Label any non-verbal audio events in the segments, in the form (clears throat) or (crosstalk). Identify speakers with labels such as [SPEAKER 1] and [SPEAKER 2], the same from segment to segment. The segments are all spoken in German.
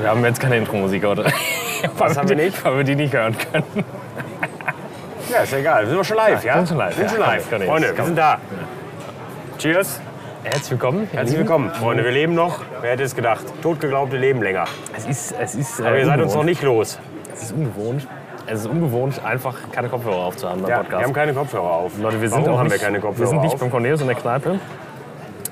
[SPEAKER 1] Wir haben jetzt keine Intro-Musik, (laughs) oder?
[SPEAKER 2] Was haben wir nicht?
[SPEAKER 1] Weil wir die nicht hören können.
[SPEAKER 2] Ja, ist ja egal. Sind wir schon live, ja?
[SPEAKER 1] sind schon live,
[SPEAKER 2] Sind
[SPEAKER 1] ja.
[SPEAKER 2] schon live.
[SPEAKER 1] Kann ich, kann ich.
[SPEAKER 2] Freunde, wir
[SPEAKER 1] Komm.
[SPEAKER 2] sind da. Cheers.
[SPEAKER 1] Herzlich willkommen. ihr
[SPEAKER 2] Herzlich
[SPEAKER 1] Lieben.
[SPEAKER 2] willkommen, Freunde. Wir leben noch. Wer hätte es gedacht? Totgeglaubte leben länger.
[SPEAKER 1] Es ist, es ist,
[SPEAKER 2] Aber
[SPEAKER 1] äh,
[SPEAKER 2] ihr seid uns
[SPEAKER 1] ungewohnt.
[SPEAKER 2] noch nicht los.
[SPEAKER 1] Es ist ungewohnt. Es ist ungewohnt, einfach keine Kopfhörer aufzuhaben beim
[SPEAKER 2] Ja,
[SPEAKER 1] Podcast.
[SPEAKER 2] wir haben keine Kopfhörer auf.
[SPEAKER 1] Leute, wir sind
[SPEAKER 2] Warum
[SPEAKER 1] auch
[SPEAKER 2] haben
[SPEAKER 1] nicht,
[SPEAKER 2] wir keine Kopfhörer
[SPEAKER 1] Wir sind nicht
[SPEAKER 2] auf?
[SPEAKER 1] beim Cornelius in der Kneipe.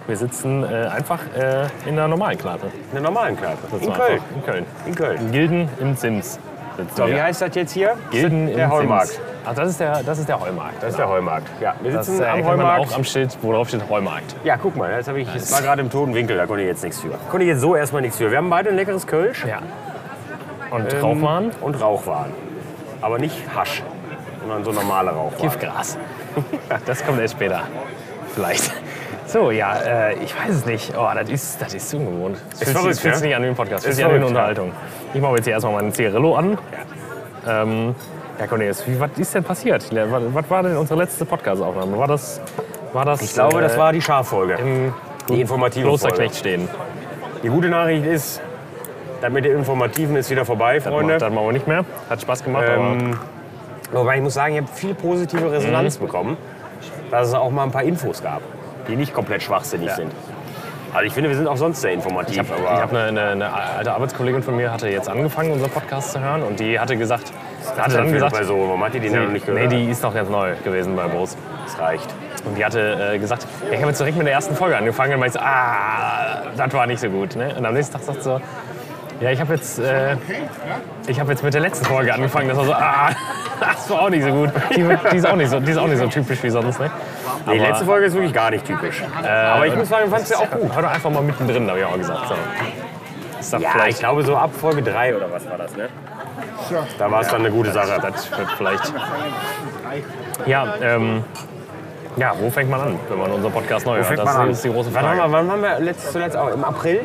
[SPEAKER 1] Wir sitzen äh, einfach äh, in einer normalen Kneipe.
[SPEAKER 2] In der normalen Kneipe.
[SPEAKER 1] Das
[SPEAKER 2] In
[SPEAKER 1] war
[SPEAKER 2] Köln.
[SPEAKER 1] einfach- In Köln.
[SPEAKER 2] In Köln.
[SPEAKER 1] In Gilden im Sims sitzen
[SPEAKER 2] So, wie
[SPEAKER 1] wir.
[SPEAKER 2] heißt das jetzt hier?
[SPEAKER 1] Gilden im
[SPEAKER 2] der Heumarkt.
[SPEAKER 1] Sims. Ach, das ist der, das ist der Heumarkt.
[SPEAKER 2] Das ist der Heumarkt. Ja, wir
[SPEAKER 1] Das
[SPEAKER 2] sitzen
[SPEAKER 1] äh,
[SPEAKER 2] am
[SPEAKER 1] kann man auch
[SPEAKER 2] Heumarkt.
[SPEAKER 1] am Schild, wo drauf steht Heumarkt.
[SPEAKER 2] Ja, guck mal, jetzt hab ich, es war gerade im toten Winkel, da konnte ich jetzt nichts für. Konnte ich jetzt so erstmal nichts für. Wir haben beide ein leckeres Kölsch
[SPEAKER 1] Ja. Und drauf waren
[SPEAKER 2] und Rauchwaren. Aber nicht Hasch, sondern so normale
[SPEAKER 1] (laughs)
[SPEAKER 2] Rauchwaren.
[SPEAKER 1] Giftgras. Das kommt erst später. Vielleicht. So, ja, äh, ich weiß es nicht. Oh, das ist, das ist ungewohnt. Das fühlt
[SPEAKER 2] verrückt,
[SPEAKER 1] sich- fühlt sich
[SPEAKER 2] ja?
[SPEAKER 1] nicht an wie ein Podcast. Das
[SPEAKER 2] Ist
[SPEAKER 1] ist an wie eine
[SPEAKER 2] verrückt, ja.
[SPEAKER 1] Unterhaltung. Ich mache jetzt hier erstmal meinen Cigarillo an. Ja, ähm, ja Cornelius, wie, was ist denn passiert? Was, was war denn unsere letzte Podcast-Aufnahme? War das, war das, äh,
[SPEAKER 2] Ich glaube, das war die Schaffolge. die informative Folge.
[SPEAKER 1] Klosterknecht stehen.
[SPEAKER 2] Die gute Nachricht ist, damit der Informativen ist wieder vorbei,
[SPEAKER 1] Das, ma-
[SPEAKER 2] Freunde.
[SPEAKER 1] das machen wir nicht mehr. Hat Spaß gemacht,
[SPEAKER 2] Ähm, wobei ich muss sagen, ich habe viel positive Resonanz bekommen, dass es auch mal ein paar Infos gab, die nicht komplett schwachsinnig
[SPEAKER 1] Ja.
[SPEAKER 2] sind. Also ich finde, wir sind auch sonst sehr informativ.
[SPEAKER 1] Ich
[SPEAKER 2] aber
[SPEAKER 1] habe eine, eine, eine alte Arbeitskollegin von mir hatte jetzt angefangen, unseren Podcast zu hören und die hatte gesagt, hatte
[SPEAKER 2] dann
[SPEAKER 1] dann gesagt,
[SPEAKER 2] Person, warum hat die den ja noch nicht
[SPEAKER 1] nee,
[SPEAKER 2] gehört?
[SPEAKER 1] die ist noch ganz neu gewesen bei Bose.
[SPEAKER 2] das reicht.
[SPEAKER 1] Und die hatte äh, gesagt, ja, ich habe jetzt direkt mit der ersten Folge angefangen und meinte, so, ah, das war nicht so gut. Ne? Und am nächsten Tag sagt sie so, ja, ich habe jetzt, äh, ich habe jetzt mit der letzten Folge angefangen. Das war so, ah, (laughs) das war auch nicht so gut. Die, die, ist, auch nicht so, die ist auch nicht so typisch wie sonst. Ne?
[SPEAKER 2] Die
[SPEAKER 1] Aber-
[SPEAKER 2] letzte Folge ist wirklich gar nicht typisch. aber ich muss sagen, ich fand es ja auch gut.
[SPEAKER 1] Hör doch einfach mal mittendrin, habe ich auch gesagt. So. Ist doch
[SPEAKER 2] Ja,
[SPEAKER 1] vielleicht-
[SPEAKER 2] ich glaube so ab Folge 3 oder was war das, ne? Da war es dann eine gute Sache.
[SPEAKER 1] Das wird vielleicht. Ja, ähm, ja, wo fängt man an, wenn man unseren Podcast neu hört? Das ist die große
[SPEAKER 2] Wann, haben wir,
[SPEAKER 1] Frage.
[SPEAKER 2] wann waren wir letzt, zuletzt auch? Im April?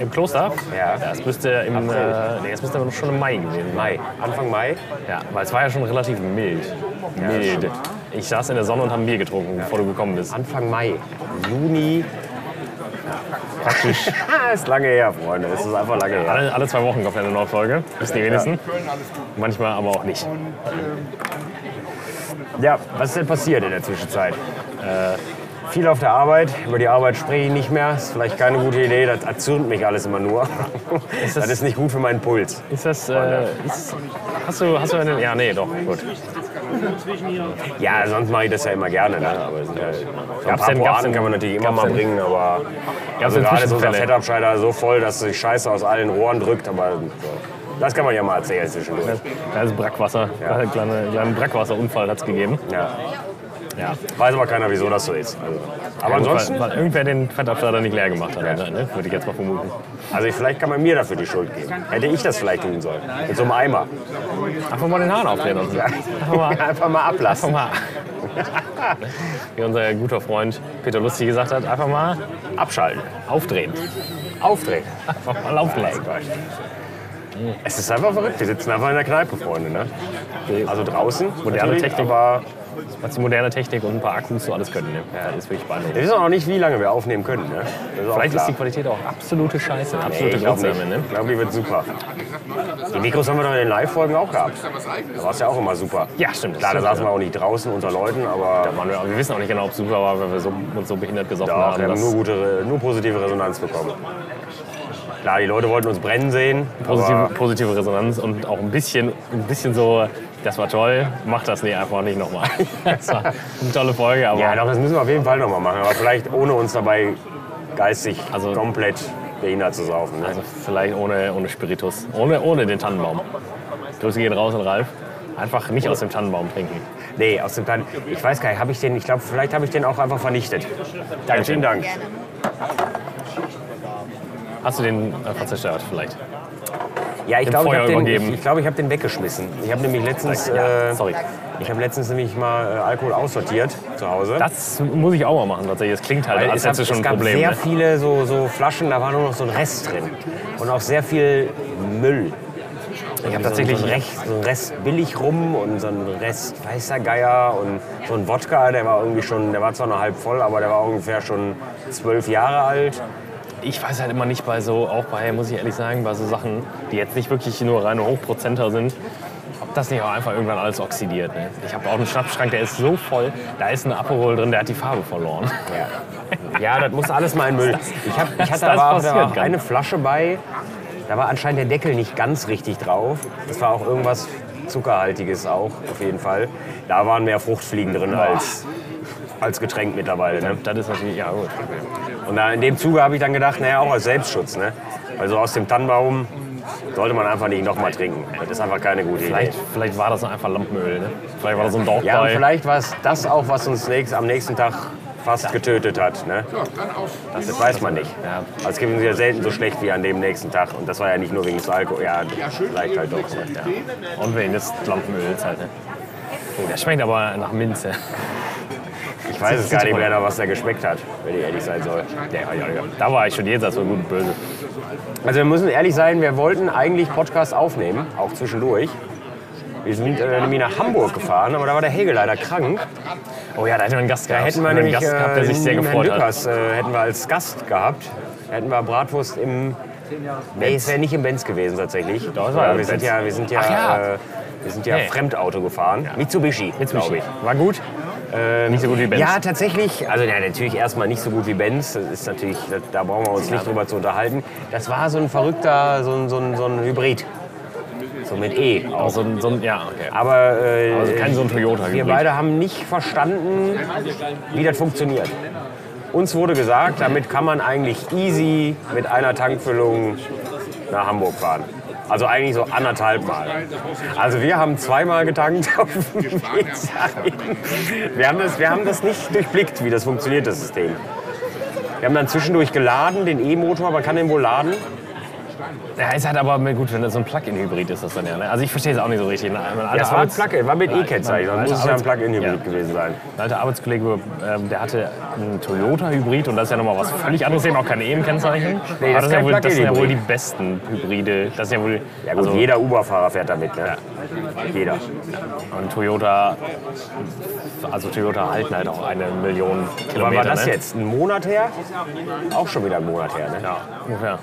[SPEAKER 1] Im Kloster?
[SPEAKER 2] Ja.
[SPEAKER 1] Das müsste im, äh, nee, das müsste aber schon im Mai gewesen sein.
[SPEAKER 2] Mai. Anfang Mai?
[SPEAKER 1] Ja, weil es war ja schon relativ mild. Mild. Ich saß in der Sonne und habe ein Bier getrunken, bevor du gekommen bist.
[SPEAKER 2] Anfang Mai. Juni.
[SPEAKER 1] (laughs)
[SPEAKER 2] Ah,
[SPEAKER 1] Praktisch
[SPEAKER 2] ist lange her, Freunde. Es ist einfach lange her.
[SPEAKER 1] alle, alle zwei Wochen kommt eine neue Folge. Wissen die wenigsten. Manchmal aber auch nicht.
[SPEAKER 2] Ja, was ist denn passiert in der Zwischenzeit? Äh, viel auf der Arbeit. Über die Arbeit spreche ich nicht mehr. Ist vielleicht keine gute Idee. Das erzürnt mich alles immer nur.
[SPEAKER 1] (laughs) Ist
[SPEAKER 2] Das
[SPEAKER 1] das,
[SPEAKER 2] ist nicht gut für meinen Puls.
[SPEAKER 1] ist das, äh, ist, hast du, hast du einen, ja, nee, doch, gut.
[SPEAKER 2] Ja, sonst mache ich das ja immer gerne. Ne? Aber es sind ja, so ein
[SPEAKER 1] Gab's
[SPEAKER 2] paar
[SPEAKER 1] denn- gab's
[SPEAKER 2] Poaten
[SPEAKER 1] denn-
[SPEAKER 2] kann man natürlich immer
[SPEAKER 1] gab's
[SPEAKER 2] mal
[SPEAKER 1] denn-
[SPEAKER 2] bringen, aber also
[SPEAKER 1] denn
[SPEAKER 2] gerade ist unser
[SPEAKER 1] Zwischenfälle?
[SPEAKER 2] Fettabscheider so voll, dass sich Scheiße aus allen Rohren drückt. Aber das kann man ja mal erzählen zwischendurch.
[SPEAKER 1] Da ist Brackwasser, ja. kleine, kleinen Brackwasserunfall hat es gegeben.
[SPEAKER 2] Ja.
[SPEAKER 1] Ja.
[SPEAKER 2] Weiß aber keiner, wieso das so ist. Also, aber ansonsten,
[SPEAKER 1] Weil, weil irgendwer den Fettabschneider nicht leer gemacht hat, anscheinend, ne? würde ich jetzt mal vermuten.
[SPEAKER 2] also vielleicht kann man mir dafür die Schuld geben. Hätte ich das vielleicht tun sollen. Mit so einem Eimer.
[SPEAKER 1] Einfach mal den Hahn aufdrehen lassen. Einfach mal,
[SPEAKER 2] (laughs) Einfach mal
[SPEAKER 1] einfach
[SPEAKER 2] ablassen.
[SPEAKER 1] mal. (laughs) Wie unser guter Freund Peter Lustig gesagt hat, einfach mal
[SPEAKER 2] Abschalten.
[SPEAKER 1] aufdrehen.
[SPEAKER 2] Aufdrehen.
[SPEAKER 1] Einfach mal laufen lassen.
[SPEAKER 2] Es ist einfach verrückt. Wir sitzen einfach in der Kneipe, Freunde. Ne? Also draußen.
[SPEAKER 1] Moderne
[SPEAKER 2] natürlich,
[SPEAKER 1] Technik.
[SPEAKER 2] Aber
[SPEAKER 1] Was die moderne Technik und ein paar Akkus so alles können. Ne? Das ist wirklich beeindruckend.
[SPEAKER 2] wir wissen auch noch nicht, wie lange wir aufnehmen können. Ne? Das auch
[SPEAKER 1] Vielleicht ist
[SPEAKER 2] klar.
[SPEAKER 1] die Qualität auch absolute Scheiße, absolute
[SPEAKER 2] ich glaube,
[SPEAKER 1] Grauzone. Ne?
[SPEAKER 2] nicht. Ich glaube, die wird super. Die Mikros haben wir doch in den Live-Folgen auch gehabt. Da war es ja auch immer super.
[SPEAKER 1] Ja, stimmt.
[SPEAKER 2] Klar, da
[SPEAKER 1] stimmt,
[SPEAKER 2] saßen wir auch nicht draußen unter Leuten, aber
[SPEAKER 1] Mann, wir, wir wissen auch nicht genau, ob es super war, weil wir so, uns so behindert gesoffen
[SPEAKER 2] doch,
[SPEAKER 1] haben.
[SPEAKER 2] wir haben
[SPEAKER 1] dass-
[SPEAKER 2] nur, gute, nur positive Resonanz bekommen. Klar, die Leute wollten uns brennen sehen.
[SPEAKER 1] Positive,
[SPEAKER 2] Aber
[SPEAKER 1] positive Resonanz und auch ein bisschen, ein bisschen so, das war toll, mach das nee, einfach nicht nochmal. (laughs) Das war eine tolle Folge, aber
[SPEAKER 2] ja, doch, das müssen wir auf jeden Fall nochmal machen. Aber vielleicht ohne uns dabei geistig
[SPEAKER 1] Also-
[SPEAKER 2] komplett behindert zu saufen. Ne?
[SPEAKER 1] also vielleicht ohne, ohne Spiritus, ohne, ohne den Tannenbaum. Grüße gehen raus an Ralf. Einfach nicht aus dem Tannenbaum trinken.
[SPEAKER 2] Nee, aus dem Plan. Ich weiß gar nicht, habe ich den, ich glaube, vielleicht habe ich den auch einfach vernichtet. Danke, vielen Dank.
[SPEAKER 1] Hast du den einfach zerstört vielleicht?
[SPEAKER 2] Ja, ich
[SPEAKER 1] Dem
[SPEAKER 2] glaube, ich
[SPEAKER 1] Feuer
[SPEAKER 2] habe den, ich,
[SPEAKER 1] übergeben.
[SPEAKER 2] ich glaub, ich hab den weggeschmissen. Ich habe nämlich letztens,
[SPEAKER 1] Ja,
[SPEAKER 2] äh,
[SPEAKER 1] sorry.
[SPEAKER 2] ich habe letztens nämlich mal äh, Alkohol aussortiert zu Hause.
[SPEAKER 1] Das muss ich auch mal machen tatsächlich. Es klingt halt,
[SPEAKER 2] Weil
[SPEAKER 1] als
[SPEAKER 2] es, gab,
[SPEAKER 1] hättest du schon
[SPEAKER 2] es
[SPEAKER 1] ein
[SPEAKER 2] gab
[SPEAKER 1] Problem.
[SPEAKER 2] sehr
[SPEAKER 1] ne?
[SPEAKER 2] viele so, so Flaschen, da war nur noch so ein Rest drin. Und auch sehr viel Müll. Ich habe
[SPEAKER 1] tatsächlich-
[SPEAKER 2] so einen Rest, so einen Rest billig rum und so einen Rest weißer Geier und so ein Wodka, der war irgendwie schon, der war zwar noch halb voll, aber der war ungefähr schon zwölf Jahre alt.
[SPEAKER 1] ich weiß halt immer nicht bei so, auch bei, muss ich ehrlich sagen, bei so Sachen, die jetzt nicht wirklich nur reine Hochprozenter sind, ob das nicht auch einfach irgendwann alles oxidiert. Ne? Ich habe auch einen Schnappschrank, der ist so voll, da ist ein Aperol drin, der hat die Farbe verloren. (laughs)
[SPEAKER 2] Ja, ja das muss alles mal in den Müll. Ich, hab,
[SPEAKER 1] dass
[SPEAKER 2] ich
[SPEAKER 1] das
[SPEAKER 2] hatte aber auch, da war
[SPEAKER 1] passieren
[SPEAKER 2] auch
[SPEAKER 1] kann.
[SPEAKER 2] eine Flasche bei, da war anscheinend der Deckel nicht ganz richtig drauf. Das war auch irgendwas Zuckerhaltiges auch, auf jeden Fall. Da waren mehr Fruchtfliegen drin als, als Getränk mittlerweile. Ne?
[SPEAKER 1] Das ist natürlich, ja gut.
[SPEAKER 2] Und da, in dem Zuge habe ich dann gedacht, naja, auch als Selbstschutz. Ne? Weil so aus dem Tannenbaum sollte man einfach nicht nochmal trinken. Das ist einfach keine gute Idee.
[SPEAKER 1] Vielleicht, vielleicht war das einfach Lampenöl. Ne? Vielleicht war das so ein Dorf
[SPEAKER 2] Ja, und
[SPEAKER 1] bei.
[SPEAKER 2] vielleicht war es das auch, was uns nächst, am nächsten Tag fast getötet hat. Ne? Das, weiß man nicht.
[SPEAKER 1] Ja.
[SPEAKER 2] Also es ging uns ja selten so schlecht wie an dem nächsten Tag. Und das war ja nicht nur wegen des Alkohol. Ja, vielleicht halt doch. Ne? Ja.
[SPEAKER 1] Und wegen des Lampenöls halt. Ne? Oh, der schmeckt aber nach Minze.
[SPEAKER 2] Ich weiß es gar nicht
[SPEAKER 1] Zitrone.
[SPEAKER 2] mehr, da, was da geschmeckt hat, wenn ich ehrlich sein soll.
[SPEAKER 1] Ja, ja, ja. Da war ich schon jenseits von gut und böse.
[SPEAKER 2] Also wir müssen ehrlich sein, wir wollten eigentlich Podcast aufnehmen, auch zwischendurch. Wir sind äh, nämlich nach Hamburg gefahren, aber da war der Hegel leider krank.
[SPEAKER 1] Oh ja, da hätten wir einen Gast gehabt.
[SPEAKER 2] Da hätten wir
[SPEAKER 1] einen
[SPEAKER 2] nämlich
[SPEAKER 1] Gast gehabt, der
[SPEAKER 2] äh,
[SPEAKER 1] sich sehr
[SPEAKER 2] den
[SPEAKER 1] gefreut
[SPEAKER 2] Herrn
[SPEAKER 1] hat.
[SPEAKER 2] Lückers, äh, hätten wir als Gast gehabt. Da hätten wir Bratwurst im Nee, es wäre nicht im Benz gewesen tatsächlich. Äh,
[SPEAKER 1] das war ja im
[SPEAKER 2] wir, sind
[SPEAKER 1] Benz.
[SPEAKER 2] ja, wir sind ja,
[SPEAKER 1] Ach ja.
[SPEAKER 2] Äh, wir sind ja
[SPEAKER 1] Nee.
[SPEAKER 2] Fremdauto gefahren. Mitsubishi, glaube ich. Ähm,
[SPEAKER 1] War gut? nicht so gut wie Benz.
[SPEAKER 2] Ja, tatsächlich. Also ja, natürlich erstmal nicht so gut wie Benz. Das ist natürlich, da- da brauchen wir uns nicht drüber zu unterhalten. Das war so ein verrückter, so ein, so ein, so ein Hybrid. So mit E
[SPEAKER 1] Auch
[SPEAKER 2] auch.
[SPEAKER 1] so ein, so ein, ja, okay.
[SPEAKER 2] Aber äh,
[SPEAKER 1] Also kein so ein Toyota
[SPEAKER 2] wir
[SPEAKER 1] Hybrid.
[SPEAKER 2] beide haben nicht verstanden, wie das funktioniert. Uns wurde gesagt, damit kann man eigentlich easy mit einer Tankfüllung nach Hamburg fahren. Also eigentlich so anderthalb Mal. Also wir haben zweimal getankt (laughs) auf dem Weg dahin. wir haben, das, wir haben das nicht durchblickt, wie das funktioniert, das System. Wir haben dann zwischendurch geladen, den E-Motor, aber kann den wohl laden?
[SPEAKER 1] Ja, ist halt aber mit- gut, wenn das so ein Plug-in-Hybrid ist, das dann ja. Ne? Also ich verstehe es auch nicht so richtig. Ein alter,
[SPEAKER 2] Das war, ein
[SPEAKER 1] Arbeits-
[SPEAKER 2] Plug-in, war mit
[SPEAKER 1] Ja,
[SPEAKER 2] E-Kennzeichen,
[SPEAKER 1] mein
[SPEAKER 2] dann muss es ja
[SPEAKER 1] alter
[SPEAKER 2] ein Plug-in-Hybrid
[SPEAKER 1] Arbeits-
[SPEAKER 2] gewesen sein.
[SPEAKER 1] Ein alter Arbeitskollege, ähm, der hatte einen Toyota-Hybrid und das ist ja nochmal was völlig anderes, eben auch keine EM-Kennzeichen.
[SPEAKER 2] Nee, das
[SPEAKER 1] Aber
[SPEAKER 2] ist
[SPEAKER 1] ja
[SPEAKER 2] kein
[SPEAKER 1] wohl, das sind ja wohl die
[SPEAKER 2] Plug-in-Hybrid.
[SPEAKER 1] besten Hybride. Das sind ja wohl,
[SPEAKER 2] Ja gut,
[SPEAKER 1] also,
[SPEAKER 2] jeder Uber-Fahrer fährt damit, ne? Jeder.
[SPEAKER 1] Und Toyota, also Toyota halten halt auch eine Million Kilometer.
[SPEAKER 2] Wann war das
[SPEAKER 1] ne?
[SPEAKER 2] jetzt? Ein Monat her? Auch schon wieder ein Monat her, ne?
[SPEAKER 1] Ja, ungefähr.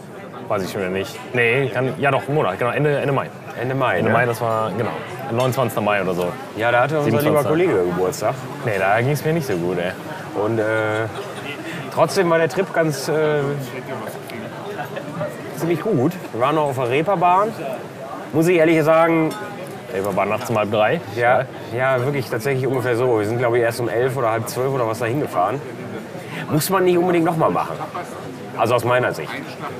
[SPEAKER 1] Weiß ich schon wieder nicht. Nee, kann, ja doch, einen Monat, genau, Ende, Ende Mai.
[SPEAKER 2] Ende Mai,
[SPEAKER 1] Ende
[SPEAKER 2] ne?
[SPEAKER 1] Mai, das war, genau, 29. Mai oder so.
[SPEAKER 2] Ja, da hatte unser
[SPEAKER 1] 27.
[SPEAKER 2] lieber Kollege Geburtstag.
[SPEAKER 1] Nee, da ging es mir nicht so gut, ey.
[SPEAKER 2] Und äh, trotzdem war der Trip ganz äh, ziemlich gut. Wir waren noch auf der Reeperbahn. Muss ich ehrlich sagen,
[SPEAKER 1] Ey, wir waren nachts um halb drei.
[SPEAKER 2] ja, ja, wirklich tatsächlich ungefähr so. Wir sind, glaube ich, erst um elf oder halb zwölf oder was da hingefahren. Muss man nicht unbedingt nochmal machen. Also aus meiner Sicht.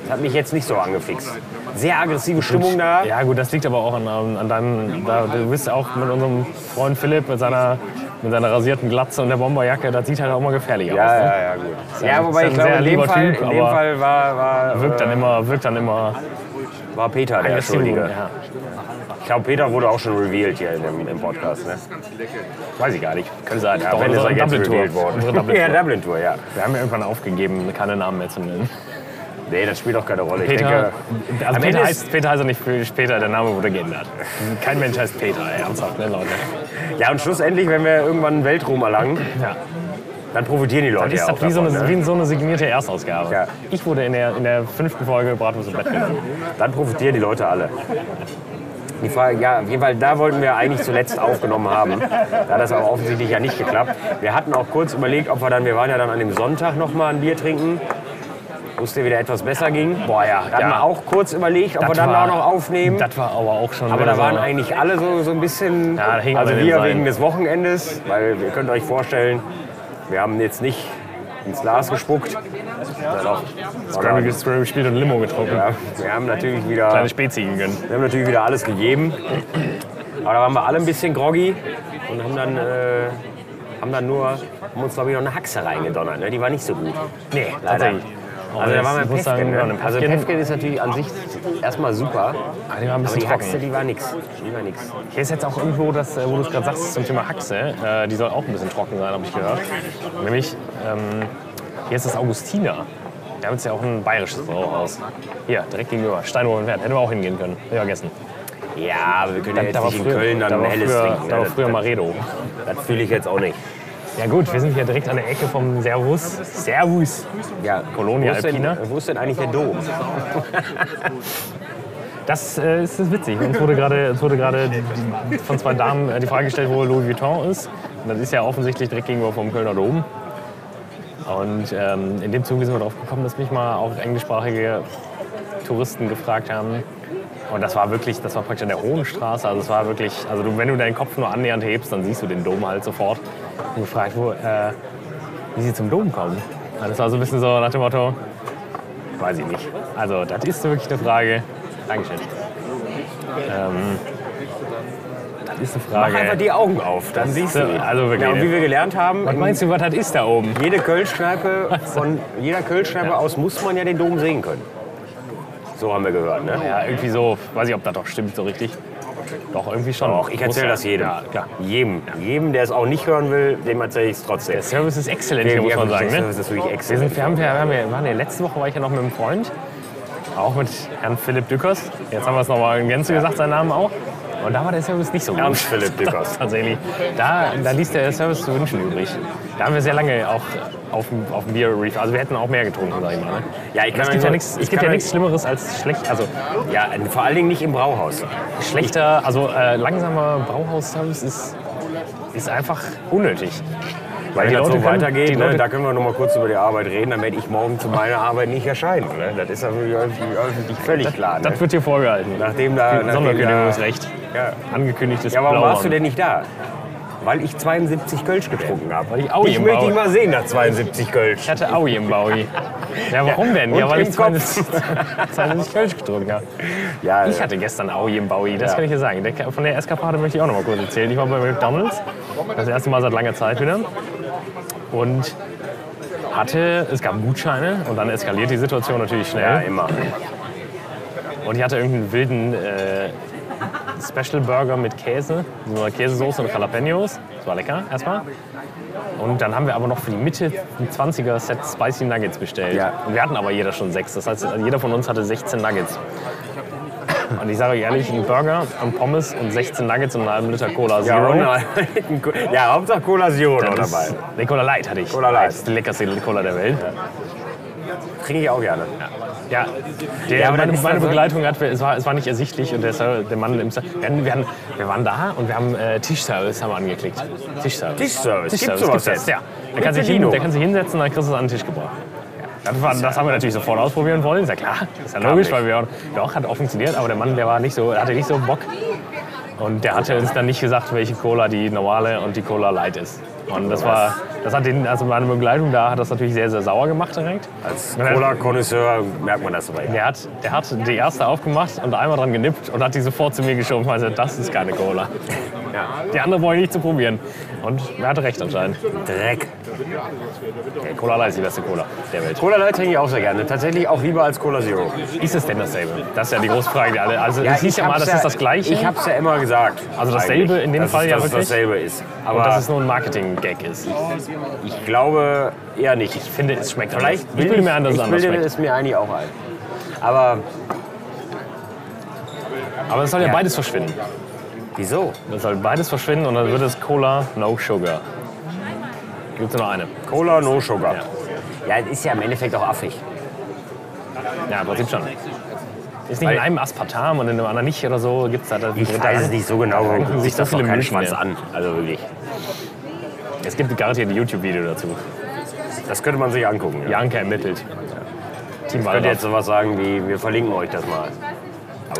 [SPEAKER 2] Das hat mich jetzt nicht so angefixt. Sehr aggressive Stimmung da.
[SPEAKER 1] Ja gut, das liegt aber auch an, an an deinem, da, du bist ja auch mit unserem Freund Philipp, mit seiner, mit seiner rasierten Glatze und der Bomberjacke, das sieht halt auch immer gefährlicher aus.
[SPEAKER 2] Ja,
[SPEAKER 1] Ne?
[SPEAKER 2] ja, ja, gut. Ja,
[SPEAKER 1] ein-
[SPEAKER 2] wobei ich
[SPEAKER 1] ist ein
[SPEAKER 2] glaube,
[SPEAKER 1] sehr
[SPEAKER 2] in dem
[SPEAKER 1] lieber
[SPEAKER 2] Fall,
[SPEAKER 1] Typ,
[SPEAKER 2] in dem
[SPEAKER 1] aber
[SPEAKER 2] Fall war, war,
[SPEAKER 1] Wirkt dann
[SPEAKER 2] äh,
[SPEAKER 1] immer, wirkt dann immer
[SPEAKER 2] war Peter der
[SPEAKER 1] aggressiv.
[SPEAKER 2] Schuldige.
[SPEAKER 1] Ja.
[SPEAKER 2] Ich glaube, Peter wurde auch schon revealed hier in dem, im Podcast. Ne?
[SPEAKER 1] Weiß ich gar nicht. Könnte sein.
[SPEAKER 2] Ja,
[SPEAKER 1] Doch,
[SPEAKER 2] wenn ist
[SPEAKER 1] unsere
[SPEAKER 2] er jetzt revealed
[SPEAKER 1] Dublin-Tour. Unsere
[SPEAKER 2] worden. Ja,
[SPEAKER 1] Dublin-Tour.
[SPEAKER 2] Dublin-Tour, ja.
[SPEAKER 1] Wir haben ja irgendwann aufgegeben, keine Namen mehr zu nennen.
[SPEAKER 2] Nee, das spielt auch keine Rolle. Ich
[SPEAKER 1] Peter,
[SPEAKER 2] denke,
[SPEAKER 1] also
[SPEAKER 2] am
[SPEAKER 1] Peter,
[SPEAKER 2] Ende ist,
[SPEAKER 1] heißt, Peter heißt er nicht für später, der Name wurde geändert. Kein Mensch heißt Peter, ey, ernsthaft, ne Leute.
[SPEAKER 2] ja, und schlussendlich, wenn wir irgendwann Weltruhm erlangen,
[SPEAKER 1] Ja.
[SPEAKER 2] dann profitieren die Leute
[SPEAKER 1] Ist
[SPEAKER 2] ja
[SPEAKER 1] das
[SPEAKER 2] auch
[SPEAKER 1] wie, so
[SPEAKER 2] davon.
[SPEAKER 1] eine,
[SPEAKER 2] ne?
[SPEAKER 1] wie so eine signierte Erstausgabe.
[SPEAKER 2] Ja.
[SPEAKER 1] Ich wurde in der, in der fünften Folge Bratwurst im Bett genannt.
[SPEAKER 2] Dann profitieren die Leute alle. Die Frage, ja, auf jeden Fall, da wollten wir eigentlich zuletzt aufgenommen haben. Da hat das aber offensichtlich ja nicht geklappt. Wir hatten auch kurz überlegt, ob wir dann, wir waren ja dann an dem Sonntag nochmal ein Bier trinken, wo es dir wieder etwas besser ging. Boah ja, da
[SPEAKER 1] ja.
[SPEAKER 2] hatten wir auch kurz überlegt, ob wir
[SPEAKER 1] Das
[SPEAKER 2] dann
[SPEAKER 1] war-
[SPEAKER 2] auch noch aufnehmen.
[SPEAKER 1] Das war aber auch schon
[SPEAKER 2] aber
[SPEAKER 1] wieder
[SPEAKER 2] da waren
[SPEAKER 1] so,
[SPEAKER 2] eigentlich alle so, so ein bisschen,
[SPEAKER 1] Ja, da hing
[SPEAKER 2] also
[SPEAKER 1] alle
[SPEAKER 2] wir
[SPEAKER 1] im
[SPEAKER 2] wegen
[SPEAKER 1] Seil.
[SPEAKER 2] des Wochenendes, weil ihr könnt euch vorstellen, wir haben jetzt nicht ins Glas gespuckt. Na doch.
[SPEAKER 1] Scramble Scramble gespielt und Limo getrunken.
[SPEAKER 2] Ja, wir haben natürlich wieder...
[SPEAKER 1] Kleine Spezi gegönnt.
[SPEAKER 2] Wir haben natürlich wieder alles gegeben. Aber da waren wir alle ein bisschen groggy und haben dann, äh, haben dann nur, haben uns glaube ich noch eine Haxe reingedonnert. Ne? Die war nicht so gut. Nee, leider.
[SPEAKER 1] tatsächlich.
[SPEAKER 2] Also da
[SPEAKER 1] jetzt,
[SPEAKER 2] waren wir
[SPEAKER 1] ich muss sagen,
[SPEAKER 2] Päffchen,
[SPEAKER 1] wir waren
[SPEAKER 2] ne?
[SPEAKER 1] im
[SPEAKER 2] Also
[SPEAKER 1] Päffchen.
[SPEAKER 2] Päffchen ist natürlich an sich erstmal
[SPEAKER 1] Ah,
[SPEAKER 2] super.
[SPEAKER 1] die war ein
[SPEAKER 2] Aber
[SPEAKER 1] bisschen
[SPEAKER 2] die Haxe,
[SPEAKER 1] trocken.
[SPEAKER 2] die war nix. Die war nix.
[SPEAKER 1] Hier ist jetzt auch irgendwo, das, äh, wo du es gerade sagst, zum Thema Haxe. Äh, die soll auch ein bisschen trocken sein, habe ich gehört. Nämlich, ähm, hier ist das Augustiner. Wir haben jetzt ja auch ein bayerisches Brauhaus. Hier, direkt gegenüber. Steinhof und Wert. Hätten wir auch hingehen können. Hab ich vergessen.
[SPEAKER 2] Ja, aber wir können ja jetzt nicht in Köln dann
[SPEAKER 1] da
[SPEAKER 2] ein
[SPEAKER 1] war
[SPEAKER 2] helles
[SPEAKER 1] früher,
[SPEAKER 2] trinken.
[SPEAKER 1] da
[SPEAKER 2] Ne?
[SPEAKER 1] war
[SPEAKER 2] Das-
[SPEAKER 1] früher Maredo.
[SPEAKER 2] Das, das fühle ich jetzt auch nicht.
[SPEAKER 1] Ja gut, wir sind hier direkt an der Ecke vom Servus. Servus.
[SPEAKER 2] Ja,
[SPEAKER 1] Colonia
[SPEAKER 2] wo ist, denn,
[SPEAKER 1] Alpina.
[SPEAKER 2] wo ist denn eigentlich der Dom?
[SPEAKER 1] Das äh, ist, ist witzig. Uns wurde gerade uns wurde gerade die- von zwei Damen äh, die Frage gestellt, wo Louis Vuitton ist. Und das ist ja offensichtlich direkt gegenüber vom Kölner Dom. Und ähm, in dem Zuge sind wir drauf gekommen, dass mich mal auch englischsprachige Touristen gefragt haben. Und das war wirklich, das war praktisch an der Hohenstraße. Also es war wirklich, also du, wenn du deinen Kopf nur annähernd hebst, dann siehst du den Dom halt sofort. Und gefragt, wo, äh, wie sie zum Dom kommen. Und das war so ein bisschen so nach dem Motto, weiß ich nicht. Also das ist wirklich eine Frage. Dankeschön. Ähm, das ist eine
[SPEAKER 2] Mach einfach
[SPEAKER 1] Frage.
[SPEAKER 2] die Augen auf, dann
[SPEAKER 1] Das-
[SPEAKER 2] siehst du.
[SPEAKER 1] also wirklich,
[SPEAKER 2] ja, und wie wir gelernt haben,
[SPEAKER 1] Was
[SPEAKER 2] in
[SPEAKER 1] meinst du, was das ist da oben?
[SPEAKER 2] jede Kölschkneipe, von jeder Kölschkneipe aus muss man ja den Dom sehen können. So haben wir gehört, ne?
[SPEAKER 1] Ja, irgendwie so. Weiß ich, ob das doch stimmt so richtig. Doch, irgendwie schon.
[SPEAKER 2] Doch, ich erzähle das jedem.
[SPEAKER 1] Ja, klar.
[SPEAKER 2] Jedem. Jedem, der es auch nicht hören will, dem erzähle ich es trotzdem.
[SPEAKER 1] Der Service ist exzellent hier, muss man sagen. Ne?
[SPEAKER 2] Das ist wirklich
[SPEAKER 1] Wir,
[SPEAKER 2] exzellent.
[SPEAKER 1] sind, wir, haben, ja- wir, haben, ja- wir waren ja letzte Woche war ich ja noch mit einem Freund, auch mit Herrn Philipp Dückers. Jetzt haben wir es nochmal in Gänze gesagt, seinen Namen auch. Und da war der Service nicht so gut.
[SPEAKER 2] Ernst
[SPEAKER 1] (laughs)
[SPEAKER 2] Philipp Dückers.
[SPEAKER 1] Tatsächlich. Da, da ließ der Service zu wünschen übrig. Da haben wir sehr lange auch auf, dem- auf dem Bier Reef. Also wir hätten auch mehr getrunken, sag ich mal. Ne?
[SPEAKER 2] Ja, ich
[SPEAKER 1] Und es
[SPEAKER 2] kann
[SPEAKER 1] gibt ja
[SPEAKER 2] nur-
[SPEAKER 1] nichts,
[SPEAKER 2] ich
[SPEAKER 1] es gibt
[SPEAKER 2] kann
[SPEAKER 1] ja
[SPEAKER 2] nur-
[SPEAKER 1] nichts Schlimmeres als schlecht, also
[SPEAKER 2] Ja, vor allen Dingen nicht im Brauhaus.
[SPEAKER 1] schlechter, also äh, langsamer Brauhaus-Service ist, ist einfach unnötig.
[SPEAKER 2] Weil
[SPEAKER 1] die
[SPEAKER 2] wenn
[SPEAKER 1] Leute
[SPEAKER 2] das so
[SPEAKER 1] können- die
[SPEAKER 2] weitergeht,
[SPEAKER 1] Leute-
[SPEAKER 2] ne, da können wir noch mal kurz über die Arbeit reden, dann werde ich morgen zu meiner Arbeit nicht erscheinen. Ne? Das ist natürlich öffentlich- öffentlich völlig klar. Ne?
[SPEAKER 1] Das wird hier vorgehalten.
[SPEAKER 2] Nachdem da... Nachdem da
[SPEAKER 1] Sonderkündigungsrecht.
[SPEAKER 2] ja.
[SPEAKER 1] Angekündigtes
[SPEAKER 2] ja, warum
[SPEAKER 1] Blauhorn.
[SPEAKER 2] warst du denn nicht da? Weil ich 72 Kölsch getrunken habe.
[SPEAKER 1] Weil ich Aui
[SPEAKER 2] ich
[SPEAKER 1] im
[SPEAKER 2] möchte
[SPEAKER 1] Bauch-
[SPEAKER 2] dich mal sehen nach 72 Kölsch.
[SPEAKER 1] Ich hatte Aui im Baui. (laughs) Ja, warum denn? Ja,
[SPEAKER 2] und
[SPEAKER 1] weil
[SPEAKER 2] im
[SPEAKER 1] ich (laughs) 22 Kölsch getrunken habe.
[SPEAKER 2] Ja,
[SPEAKER 1] Ich hatte gestern Aui im Baui, das
[SPEAKER 2] Ja.
[SPEAKER 1] kann ich dir sagen. Der- Von der Eskapade möchte ich auch noch mal kurz erzählen. Ich war bei McDonalds, das erste Mal seit langer Zeit wieder. Und hatte, es gab Gutscheine und dann eskaliert die Situation natürlich
[SPEAKER 2] ja,
[SPEAKER 1] schnell.
[SPEAKER 2] immer.
[SPEAKER 1] Und ich hatte irgendeinen wilden äh, Special Burger mit Käse, so einer Käsesoße und Jalapenos. Das war lecker erstmal. Und dann haben wir aber noch für die Mitte ein 20er Set Spicy Nuggets bestellt.
[SPEAKER 2] Ja.
[SPEAKER 1] Und wir hatten aber jeder schon sechs. Das heißt, jeder von uns hatte 16 Nuggets. Und ich sage euch ehrlich, ein Burger und Pommes und 16 Nuggets und einen halben Liter Cola
[SPEAKER 2] Ja,
[SPEAKER 1] Zero.
[SPEAKER 2] und dann- (laughs) ja, Hauptsache Cola Zero noch
[SPEAKER 1] Das
[SPEAKER 2] dabei.
[SPEAKER 1] ist- nee, Cola Light hatte ich.
[SPEAKER 2] Cola Light.
[SPEAKER 1] Das ist die leckerste Cola der Welt.
[SPEAKER 2] Trinke ich auch gerne.
[SPEAKER 1] Ja, der,
[SPEAKER 2] Ja, aber dann
[SPEAKER 1] meine,
[SPEAKER 2] ist also
[SPEAKER 1] meine
[SPEAKER 2] das so-
[SPEAKER 1] Begleitung hat, es war, es war nicht ersichtlich und der, Ser- der Mann im Ser- wir, hatten- wir, hatten, wir waren da und wir haben äh, Tischservice haben wir angeklickt. Tischservice.
[SPEAKER 2] Tischservice, gibt's
[SPEAKER 1] Tischservice
[SPEAKER 2] sowas
[SPEAKER 1] gibt's jetzt?
[SPEAKER 2] jetzt?
[SPEAKER 1] Ja. Der kann, sich hin,
[SPEAKER 2] Bedienung.
[SPEAKER 1] der kann sich hinsetzen und dann kriegst du es an den Tisch gebracht. Das, war, das haben wir natürlich sofort ausprobieren wollen, ist ja klar. Ist ja logisch,
[SPEAKER 2] nicht.
[SPEAKER 1] weil wir auch, doch, hat auch funktioniert, aber der Mann, der war nicht so, hatte nicht so Bock. Und der hatte uns dann nicht gesagt, welche Cola die normale und die Cola Light ist. Und das war, das hat den, also meine Begleitung da hat das natürlich sehr, sehr sauer gemacht direkt.
[SPEAKER 2] Als
[SPEAKER 1] Und dann-
[SPEAKER 2] Cola-Konnoisseur merkt man das aber ja.
[SPEAKER 1] der hat, der hat die erste aufgemacht und einmal dran genippt und hat die sofort zu mir geschoben. Also das ist keine Cola. Die andere wollte ich nicht zu probieren. Und er hatte recht anscheinend.
[SPEAKER 2] Dreck.
[SPEAKER 1] Okay, Cola Light ist die beste Cola der Welt.
[SPEAKER 2] Cola Light trinke ich auch sehr gerne. Tatsächlich auch lieber als Cola Zero.
[SPEAKER 1] Ist es denn dasselbe? Das ist ja die große Frage. die alle- Also es hieß ja mal,
[SPEAKER 2] hab's
[SPEAKER 1] das ist das Gleiche.
[SPEAKER 2] Ich hab's ja immer gesagt.
[SPEAKER 1] Also dasselbe in dem
[SPEAKER 2] dass
[SPEAKER 1] Fall
[SPEAKER 2] es,
[SPEAKER 1] ja
[SPEAKER 2] dass es
[SPEAKER 1] wirklich?
[SPEAKER 2] dasselbe ist.
[SPEAKER 1] und
[SPEAKER 2] Aber
[SPEAKER 1] dass es nur ein Marketing-Gag ist. Ich
[SPEAKER 2] ich glaube eher nicht. Ich
[SPEAKER 1] finde, es schmeckt
[SPEAKER 2] Vielleicht
[SPEAKER 1] anders. Ich bilde mir an, dass es
[SPEAKER 2] ich
[SPEAKER 1] anders
[SPEAKER 2] bilde
[SPEAKER 1] schmeckt.
[SPEAKER 2] es mir eigentlich auch ein. Aber
[SPEAKER 1] Aber es soll ja,
[SPEAKER 2] Ja.
[SPEAKER 1] beides verschwinden.
[SPEAKER 2] wieso?
[SPEAKER 1] Es soll beides verschwinden und dann wird es Cola No Sugar. Gibt es nur eine?
[SPEAKER 2] Cola No Sugar. Ja, es ist ja im Endeffekt auch affig.
[SPEAKER 1] Ja, im Prinzip schon. Ist nicht in
[SPEAKER 2] Weil-
[SPEAKER 1] einem Aspartam und in dem anderen nicht oder so? Gibt's da, da
[SPEAKER 2] Ich weiß es nicht so genau, warum guckt (laughs) sich
[SPEAKER 1] so
[SPEAKER 2] das
[SPEAKER 1] viele
[SPEAKER 2] doch keinen
[SPEAKER 1] Menschen
[SPEAKER 2] Schwanz
[SPEAKER 1] mehr.
[SPEAKER 2] an. Also wirklich.
[SPEAKER 1] Es gibt garantiert ein YouTube-Video dazu.
[SPEAKER 2] Das könnte man sich angucken. Ja.
[SPEAKER 1] Janke ermittelt. Team
[SPEAKER 2] Ich könnte
[SPEAKER 1] Waldorf.
[SPEAKER 2] jetzt sowas sagen wie, wir verlinken euch das mal.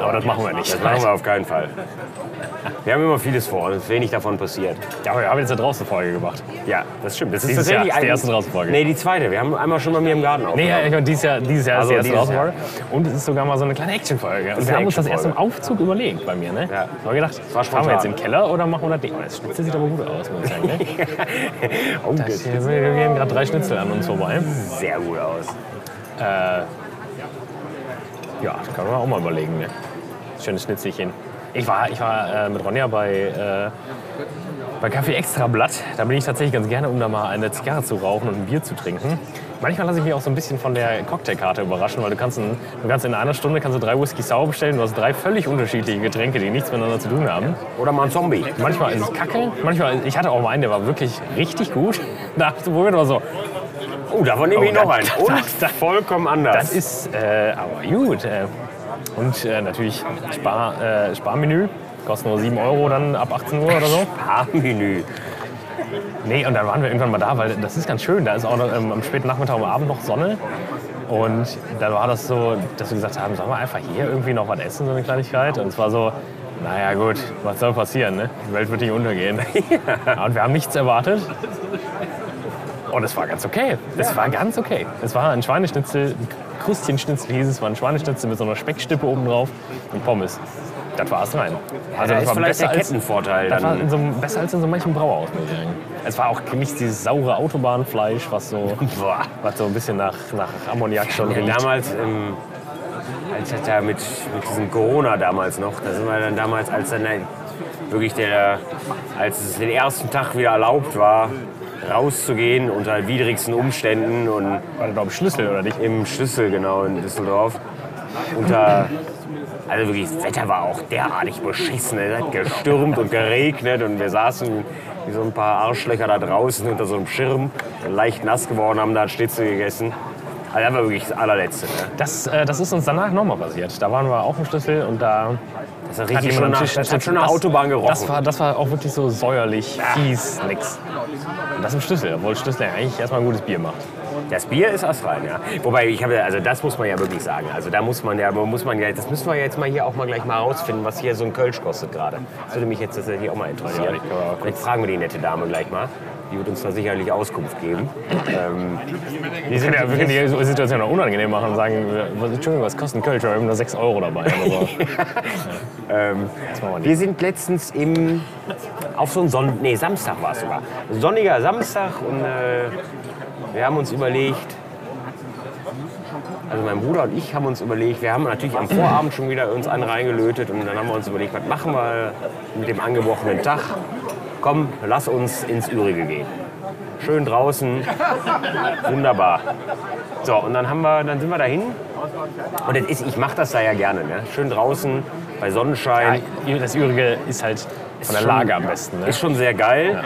[SPEAKER 1] Aber das machen wir nicht.
[SPEAKER 2] Das machen wir auf keinen Fall. Wir haben immer vieles vor und es ist wenig davon passiert.
[SPEAKER 1] Ja, aber wir haben jetzt eine draußen Folge gemacht.
[SPEAKER 2] Ja, das stimmt. Das ist
[SPEAKER 1] Dieses Jahr
[SPEAKER 2] tatsächlich
[SPEAKER 1] ist die
[SPEAKER 2] ein-
[SPEAKER 1] erste Draußenfolge.
[SPEAKER 2] Nee, die zweite. Wir haben einmal schon bei mir im Garten
[SPEAKER 1] Nee,
[SPEAKER 2] aufgenommen.
[SPEAKER 1] ja, ich meine, dieses Jahr, dieses Jahr
[SPEAKER 2] Genau. Also
[SPEAKER 1] ist die erste
[SPEAKER 2] dieses
[SPEAKER 1] Draußenfolge. Und es ist sogar mal so eine kleine Action-Folge. Und
[SPEAKER 2] ist
[SPEAKER 1] wir
[SPEAKER 2] eine
[SPEAKER 1] haben uns das erst
[SPEAKER 2] Action-Folge.
[SPEAKER 1] im Aufzug überlegt bei mir. Ne?
[SPEAKER 2] Ja.
[SPEAKER 1] Ich habe gedacht, fahren wir
[SPEAKER 2] war spontan.
[SPEAKER 1] jetzt in den Keller oder machen wir das nicht? Oh, das Schnitzel sieht aber gut aus, muss ich
[SPEAKER 2] (laughs)
[SPEAKER 1] sagen. Ne?
[SPEAKER 2] oh,
[SPEAKER 1] Da
[SPEAKER 2] das
[SPEAKER 1] stehen- wir gehen gerade drei Schnitzel an uns vorbei.
[SPEAKER 2] sieht sehr gut aus.
[SPEAKER 1] Ja, das kann man auch mal überlegen. Ne? Schönes Schnitzelchen. Ich war, ich war äh, mit Ronja bei, äh, bei Kaffee Extra Blatt. Da bin ich tatsächlich ganz gerne, um da mal eine Zigarre zu rauchen und ein Bier zu trinken. Manchmal lasse ich mich auch so ein bisschen von der Cocktailkarte überraschen, weil du kannst, in, du kannst in einer Stunde kannst du drei Whisky Sour bestellen, du hast drei völlig unterschiedliche Getränke, die nichts miteinander zu tun haben.
[SPEAKER 2] Oder mal ein Zombie.
[SPEAKER 1] Manchmal ist es kacke, manchmal, ich hatte auch mal einen, der war wirklich richtig gut. (laughs) Da habe ich so probiert, war so,
[SPEAKER 2] Oh, davon nehme ich
[SPEAKER 1] Oh,
[SPEAKER 2] noch
[SPEAKER 1] das-
[SPEAKER 2] einen.
[SPEAKER 1] das-
[SPEAKER 2] Und
[SPEAKER 1] das- das-
[SPEAKER 2] vollkommen anders.
[SPEAKER 1] das ist äh, aber gut. Äh, und äh, natürlich Spar, äh, Sparmenü, kostet nur 7 Euro dann ab 18 Uhr oder so.
[SPEAKER 2] Sparmenü.
[SPEAKER 1] Nee, und dann waren wir irgendwann mal da, weil das ist ganz schön. Da ist auch noch, ähm, am späten Nachmittag und Abend noch Sonne. Und dann war das so, dass wir gesagt haben, sollen wir einfach hier irgendwie noch was essen, so eine Kleinigkeit. Und es war so, naja gut, was soll passieren, ne? Die Welt wird nicht untergehen.
[SPEAKER 2] (laughs)
[SPEAKER 1] ja. Und wir haben nichts erwartet. Und es war ganz okay. Es war ganz okay. Es war ein Schweineschnitzel, ein Krustchenschnitzel hieß es, war ein Schweineschnitzel mit so einer Speckstippe oben drauf und Pommes. Das war es rein.
[SPEAKER 2] Also das ist vielleicht der
[SPEAKER 1] als-
[SPEAKER 2] Kettenvorteil.
[SPEAKER 1] das war
[SPEAKER 2] Dann.
[SPEAKER 1] in so, einem- besser als in so manchem Brauhaus, muss ich sagen. Es war auch nicht dieses saure Autobahnfleisch, was so,
[SPEAKER 2] Boah.
[SPEAKER 1] was so ein bisschen nach, nach Ammoniak schon
[SPEAKER 2] Ja,
[SPEAKER 1] riecht.
[SPEAKER 2] damals, ähm, als das da mit, mit diesem Corona damals noch, da sind wir dann damals, als dann der- wirklich der, als es den ersten Tag wieder erlaubt war, rauszugehen unter widrigsten Umständen und
[SPEAKER 1] War das, glaube ich, Schlüssel oder nicht?
[SPEAKER 2] im Schlüssel genau in Düsseldorf unter also wirklich, das Wetter war auch derartig beschissen. Es hat gestürmt und geregnet und wir saßen wie so ein paar Arschlöcher da draußen unter so einem Schirm, leicht nass geworden, haben da einen Schnitzel gegessen. Also das war wirklich das allerletzte. Ne?
[SPEAKER 1] Das, äh, das ist uns danach nochmal passiert. Da waren wir auch im Schlüssel und da
[SPEAKER 2] Das hat
[SPEAKER 1] hat
[SPEAKER 2] richtig
[SPEAKER 1] jemand
[SPEAKER 2] schon
[SPEAKER 1] am
[SPEAKER 2] nach,
[SPEAKER 1] Tisch
[SPEAKER 2] das hat schon nach
[SPEAKER 1] das-
[SPEAKER 2] Autobahn gerochen.
[SPEAKER 1] Das war, das war auch wirklich so säuerlich, fies, nix. Und das im Schlüssel, obwohl Schlüssel ja eigentlich erstmal ein gutes Bier macht.
[SPEAKER 2] Das Bier ist astrein, ja. Wobei, ich habe, ja- also das muss man ja wirklich sagen. Also da muss man ja, muss man ja, das müssen wir ja jetzt mal hier auch mal gleich mal rausfinden, was hier so ein Kölsch kostet gerade. Das würde mich jetzt tatsächlich auch mal interessieren.
[SPEAKER 1] Ja, ich kann mal
[SPEAKER 2] Vielleicht fragen wir die nette Dame gleich mal. Die wird uns da sicherlich Auskunft geben. ähm,
[SPEAKER 1] Wir sind ja wirklich die Situation auch unangenehm machen und sagen, was, Entschuldigung, was kostet ein Kölsch? Wir haben nur 6 Euro dabei. Aber
[SPEAKER 2] (laughs)
[SPEAKER 1] so.
[SPEAKER 2] ähm,
[SPEAKER 1] das machen wir nicht.
[SPEAKER 2] wir sind letztens im, auf so einen Sonn nee, Samstag war es sogar. Sonniger Samstag und äh, wir haben uns überlegt, Also mein Bruder und ich haben uns überlegt, wir haben natürlich am Vorabend schon wieder uns einen reingelötet und dann haben wir uns überlegt, was machen wir mit dem angebrochenen Tag? Komm, lass uns ins Ürige gehen. Schön draußen, wunderbar. So, und dann, haben wir, dann sind wir dahin. Und das ist, ich mache das da ja gerne. Ne? Schön draußen, bei Sonnenschein.
[SPEAKER 1] Ja, das Übrige ist halt von der Lage am besten. Ne?
[SPEAKER 2] Ist schon sehr geil.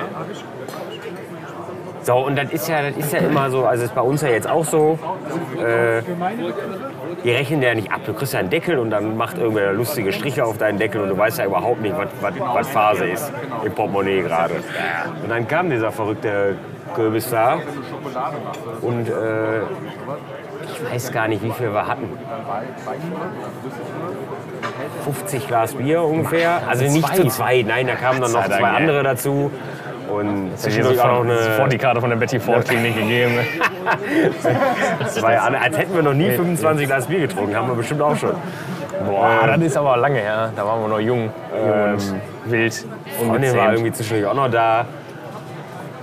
[SPEAKER 2] So, und das ist ja, das ist ja immer so, also ist bei uns ja jetzt auch so. Äh, die rechnen ja nicht ab. Du kriegst ja einen Deckel und dann macht irgendwer lustige Striche auf deinen Deckel und du weißt ja überhaupt nicht, was- was was Phase ist im Portemonnaie gerade. Und dann kam dieser verrückte Kürbis da und äh, ich weiß gar nicht, wie viel wir hatten. 50 Glas Bier ungefähr. Also nicht
[SPEAKER 1] Zwei.
[SPEAKER 2] zu zweit, nein, da kamen dann noch
[SPEAKER 1] Sei Dank,
[SPEAKER 2] zwei
[SPEAKER 1] ey.
[SPEAKER 2] andere dazu. Und
[SPEAKER 1] Ich habe
[SPEAKER 2] zwischendurch auch noch
[SPEAKER 1] sofort die
[SPEAKER 2] eine,
[SPEAKER 1] Karte von der Betty Ford Klinik gegeben.
[SPEAKER 2] zwei andere. Als hätten wir noch nie 25 Glas Bier getrunken, haben wir bestimmt auch schon.
[SPEAKER 1] Boah,
[SPEAKER 2] Ähm.
[SPEAKER 1] das ist aber lange her. Da waren wir noch jung, jung und wild und
[SPEAKER 2] Freundin war
[SPEAKER 1] gezähmt.
[SPEAKER 2] irgendwie zwischendurch auch noch da.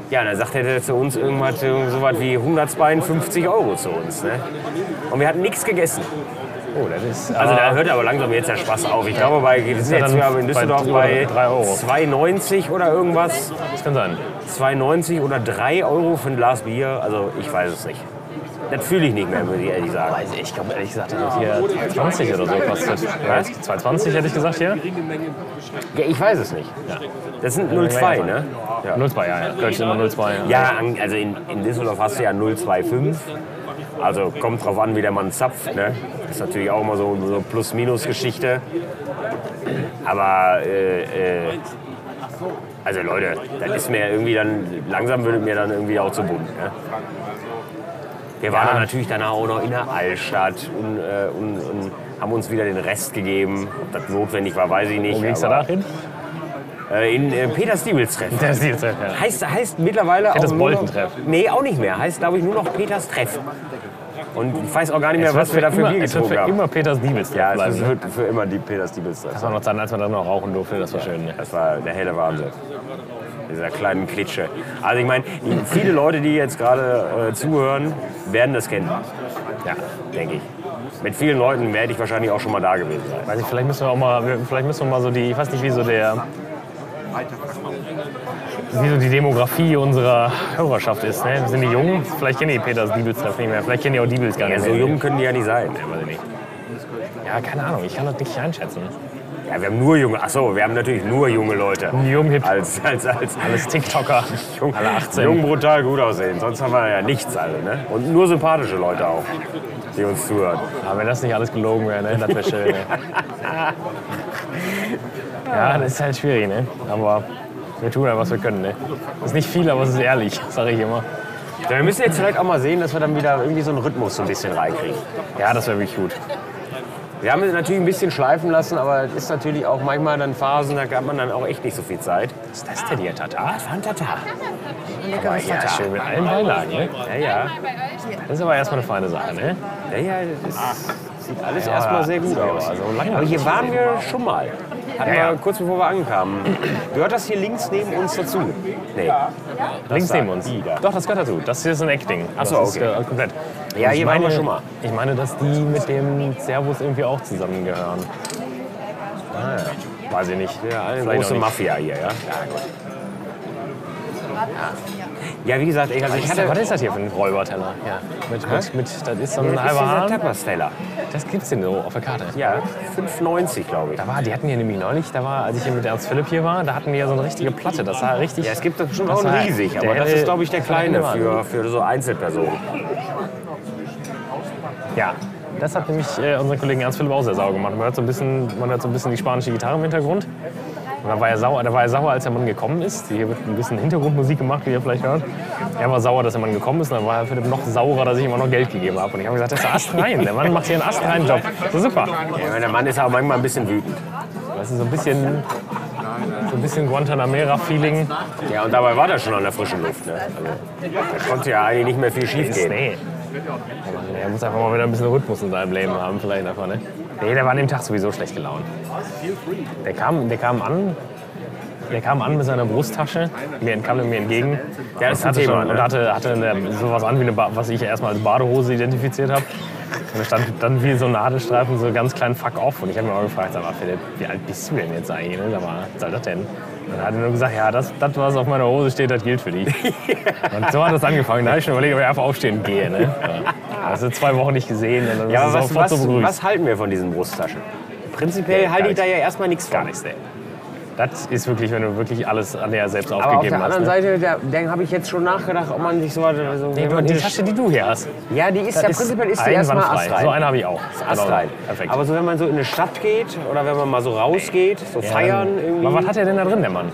[SPEAKER 2] Ja, und dann sagte er zu uns irgendwas, so was wie 152 Euro zu uns. Ne? Und wir hatten nichts gegessen.
[SPEAKER 1] Oh, das ist
[SPEAKER 2] Also da
[SPEAKER 1] aber-
[SPEAKER 2] hört aber langsam jetzt der Spaß auf. Ich glaube, bei, wir sind
[SPEAKER 1] Ja,
[SPEAKER 2] jetzt
[SPEAKER 1] dann
[SPEAKER 2] hier in Düsseldorf
[SPEAKER 1] bei
[SPEAKER 2] bei,
[SPEAKER 1] drei Euro.
[SPEAKER 2] 2,90 oder irgendwas.
[SPEAKER 1] das kann sein.
[SPEAKER 2] 2,90 oder 3 Euro für ein Glas Bier. Also ich weiß es nicht. Das fühle ich nicht mehr, würde ich ehrlich sagen.
[SPEAKER 1] Also ich glaube ehrlich gesagt, das ist hier 20 oder so kostet. Was? 220 hätte ich gesagt hier.
[SPEAKER 2] Ja, ich weiß es nicht. Das sind 0,2, ne?
[SPEAKER 1] 02, ja, ja. Kölsch ist immer 02.
[SPEAKER 2] Ja, an- also in, in Düsseldorf hast du ja 0,25. Also kommt drauf an, wie der Mann zapft. Ne? Ist natürlich auch immer so, so Plus-Minus-Geschichte. Aber äh, äh, also Leute, das ist mir irgendwie dann, langsam würde mir dann irgendwie auch zu bunt. Ne? Wir waren
[SPEAKER 1] Ja.
[SPEAKER 2] dann natürlich danach auch noch in der Altstadt und, äh, und, und haben uns wieder den Rest gegeben. Ob das notwendig war, weiß ich nicht.
[SPEAKER 1] Wo ging's
[SPEAKER 2] aber-
[SPEAKER 1] danach hin?
[SPEAKER 2] Äh, in äh, Peter Stiebels Treff.
[SPEAKER 1] Das ist jetzt, ja.
[SPEAKER 2] Heißt, heißt mittlerweile
[SPEAKER 1] Hätte
[SPEAKER 2] auch
[SPEAKER 1] es
[SPEAKER 2] nur noch,
[SPEAKER 1] Boltentreff.
[SPEAKER 2] Nee, auch nicht mehr. Heißt, glaube ich, nur noch Peters Treff. Und ich weiß auch gar nicht mehr, was wir da für
[SPEAKER 1] immer,
[SPEAKER 2] Bier
[SPEAKER 1] es wird
[SPEAKER 2] getrunken
[SPEAKER 1] für
[SPEAKER 2] haben.
[SPEAKER 1] immer Peter Diebels
[SPEAKER 2] Ja,
[SPEAKER 1] bleiben.
[SPEAKER 2] es wird für immer die Peters Diebels Treff.
[SPEAKER 1] Das war noch dann, als man dann noch rauchen durfte, das war schön. Ne?
[SPEAKER 2] Das war der helle Wahnsinn. Dieser kleinen Klitsche. Also ich meine, die- viele Leute, die jetzt gerade äh, zuhören, werden das kennen. Ja, denke ich. Mit vielen Leuten werde ich wahrscheinlich auch schon mal da gewesen sein.
[SPEAKER 1] Weiß ich, vielleicht müssen wir auch mal, wir- vielleicht müssen wir mal so die, ich weiß nicht, wie so der, wie so die Demografie unserer Hörerschaft ist. Ne? Sind die jung? Vielleicht kennen die Peters Diebelstreff nicht mehr. Vielleicht kennen die auch Diebels gar
[SPEAKER 2] Ja,
[SPEAKER 1] nicht
[SPEAKER 2] so
[SPEAKER 1] mehr.
[SPEAKER 2] jung können die ja nicht sein.
[SPEAKER 1] Ja, weiß ich nicht. Ja, keine Ahnung. Ich kann das nicht einschätzen.
[SPEAKER 2] Ja, wir haben nur junge, achso, wir haben natürlich nur junge Leute.
[SPEAKER 1] Jung, hip,
[SPEAKER 2] Als, als, als,
[SPEAKER 1] alles TikToker.
[SPEAKER 2] jung,
[SPEAKER 1] alle 18.
[SPEAKER 2] jung, brutal, gut aussehen. Sonst haben wir ja nichts alle, ne? Und nur sympathische Leute auch, die uns zuhören.
[SPEAKER 1] Aber wenn das nicht alles gelogen wäre, ne? das wäre schön.
[SPEAKER 2] (laughs)
[SPEAKER 1] Ne? ja, das ist halt schwierig, ne? Aber wir tun ja, was wir können, ne? Ist nicht viel, aber es ist ehrlich, sage ich immer.
[SPEAKER 2] Ja, wir müssen jetzt vielleicht auch mal sehen, dass wir dann wieder irgendwie so einen Rhythmus so ein bisschen reinkriegen.
[SPEAKER 1] Ja, das wäre wirklich gut.
[SPEAKER 2] Wir haben es natürlich ein bisschen schleifen lassen, aber es ist natürlich auch manchmal dann Phasen, da hat man dann auch echt nicht so viel Zeit.
[SPEAKER 1] Was ist das denn hier, Tatar?
[SPEAKER 2] Fantata.
[SPEAKER 1] Aber ja, schön mit allen Beilagen, ne?
[SPEAKER 2] Ja, ja.
[SPEAKER 1] Das ist aber erstmal eine feine Sache, ne?
[SPEAKER 2] Ja, ja, das sieht alles erstmal sehr gut aus.
[SPEAKER 1] Ah. so also lange
[SPEAKER 2] Aber hier waren wir schon mal. Hatten
[SPEAKER 1] Ja, ja.
[SPEAKER 2] wir kurz bevor wir ankamen. (clears throat) Gehört das hier links neben uns dazu? Nee.
[SPEAKER 1] Links
[SPEAKER 2] sagt
[SPEAKER 1] neben uns.
[SPEAKER 2] die da.
[SPEAKER 1] Doch, das gehört dazu. Das hier ist ein Eckding.
[SPEAKER 2] Ach so,
[SPEAKER 1] Das ist,
[SPEAKER 2] okay.
[SPEAKER 1] äh, komplett.
[SPEAKER 2] Ja,
[SPEAKER 1] Und ich
[SPEAKER 2] hier waren wir
[SPEAKER 1] meine-
[SPEAKER 2] schon mal.
[SPEAKER 1] Ich meine, dass die mit dem Servus irgendwie auch zusammengehören. Ah, Weiß ich nicht.
[SPEAKER 2] Ja, eine
[SPEAKER 1] Vielleicht
[SPEAKER 2] große
[SPEAKER 1] auch nicht.
[SPEAKER 2] Mafia hier, ja? Ja, Ja, wie gesagt, ich, also ich
[SPEAKER 1] Was ist- Was
[SPEAKER 2] hatte...
[SPEAKER 1] ist das hier für ein Räuberteller? Ja. Mit, mit, mit, das ist so ein halber
[SPEAKER 2] Das ist
[SPEAKER 1] Hahn.
[SPEAKER 2] dieser Tapas-Teller.
[SPEAKER 1] Das gibt's denn so auf der Karte.
[SPEAKER 2] Ja, 5,90 glaube ich.
[SPEAKER 1] Da war, die hatten hier nämlich neulich, da war, als ich hier mit Ernst Philipp hier war, da hatten die ja so eine richtige Platte. Das war richtig.
[SPEAKER 2] Ja, es gibt das schon
[SPEAKER 1] Das
[SPEAKER 2] auch einen
[SPEAKER 1] war-
[SPEAKER 2] riesig,
[SPEAKER 1] der
[SPEAKER 2] aber das
[SPEAKER 1] hätte-
[SPEAKER 2] ist, glaube ich, der
[SPEAKER 1] das war der
[SPEAKER 2] kleine
[SPEAKER 1] Mann.
[SPEAKER 2] für, für so Einzelpersonen.
[SPEAKER 1] Ja, das hat nämlich äh, unseren Kollegen Ernst Philipp auch sehr sauer gemacht. Man hört so ein bisschen, man hört so ein bisschen die spanische Gitarre im Hintergrund. Und da war er sauer, da war er sauer, als der Mann gekommen ist. Hier wird ein bisschen Hintergrundmusik gemacht, wie ihr vielleicht hört. Er war sauer, dass der Mann gekommen ist. Und dann war Herr Philipp noch saurer, dass ich ihm auch noch Geld gegeben habe. Und ich habe gesagt, das ist astrein. Der Mann macht hier einen astreinen Job. Das ist super.
[SPEAKER 2] Ja, ich meine, der Mann ist auch manchmal ein bisschen wütend.
[SPEAKER 1] Das ist so ein bisschen, so ein bisschen Guantanamera-Feeling.
[SPEAKER 2] Ja, und dabei war der schon an der frischen Luft. Ne? Also, da konnte ja eigentlich nicht mehr viel schief
[SPEAKER 1] Ist-
[SPEAKER 2] gehen.
[SPEAKER 1] Nee. Aber Er muss einfach mal wieder ein bisschen Rhythmus in seinem Leben haben, vielleicht einfach, ne? Nee, der war an dem Tag sowieso schlecht gelaunt. Der kam, der kam an. Der kam an mit seiner Brusttasche, mir, kam mir entgegen.
[SPEAKER 2] Ja, das ist ein
[SPEAKER 1] hatte
[SPEAKER 2] Thema,
[SPEAKER 1] schon,
[SPEAKER 2] ne?
[SPEAKER 1] Und hatte, hatte eine, sowas an wie eine, Ba- was ich erstmal als Badehose identifiziert habe. Und da stand dann wie so ein Nadelstreifen, so ganz kleinen Fuck auf. Und ich habe mir auch gefragt, sag mal, Philipp, wie alt bist du denn jetzt eigentlich? Ne? Sag mal, was soll das denn? Und dann hat er nur gesagt, ja, das, das, was auf meiner Hose steht, das gilt für
[SPEAKER 2] (laughs)
[SPEAKER 1] dich. Und so hat das angefangen. Da habe ich schon überlegt, ob ich einfach aufstehen und gehe. Ne? Ja. Also zwei Wochen nicht gesehen und dann
[SPEAKER 2] Ja,
[SPEAKER 1] ist
[SPEAKER 2] aber
[SPEAKER 1] es
[SPEAKER 2] was,
[SPEAKER 1] sofort
[SPEAKER 2] was,
[SPEAKER 1] so begrüßt.
[SPEAKER 2] was halten wir von diesen Äh, Brusttaschen? Prinzipiell
[SPEAKER 1] Nee, gar
[SPEAKER 2] halte ich
[SPEAKER 1] nichts.
[SPEAKER 2] da ja erstmal nichts von.
[SPEAKER 1] Gar nichts, nee. Das ist wirklich, wenn du wirklich alles an dir selbst
[SPEAKER 2] Aber auf
[SPEAKER 1] aufgegeben
[SPEAKER 2] der anderen
[SPEAKER 1] hast.
[SPEAKER 2] Seite, da, da habe ich jetzt schon nachgedacht, ob man sich so... Also,
[SPEAKER 1] Ne?
[SPEAKER 2] wenn
[SPEAKER 1] Nee,
[SPEAKER 2] man
[SPEAKER 1] du, die
[SPEAKER 2] die-
[SPEAKER 1] Tasche, die du hier hast,
[SPEAKER 2] ja, die ist ja prinzipiell ist die erstmal
[SPEAKER 1] einwandfrei.
[SPEAKER 2] astrein.
[SPEAKER 1] So eine habe ich auch.
[SPEAKER 2] astrein.
[SPEAKER 1] Genau. Perfekt.
[SPEAKER 2] Aber so, wenn man so in eine Stadt geht oder wenn man mal so rausgeht, so
[SPEAKER 1] Ja,
[SPEAKER 2] feiern
[SPEAKER 1] dann-
[SPEAKER 2] irgendwie...
[SPEAKER 1] Ähm, Aber was hat er denn da drin, der Mann?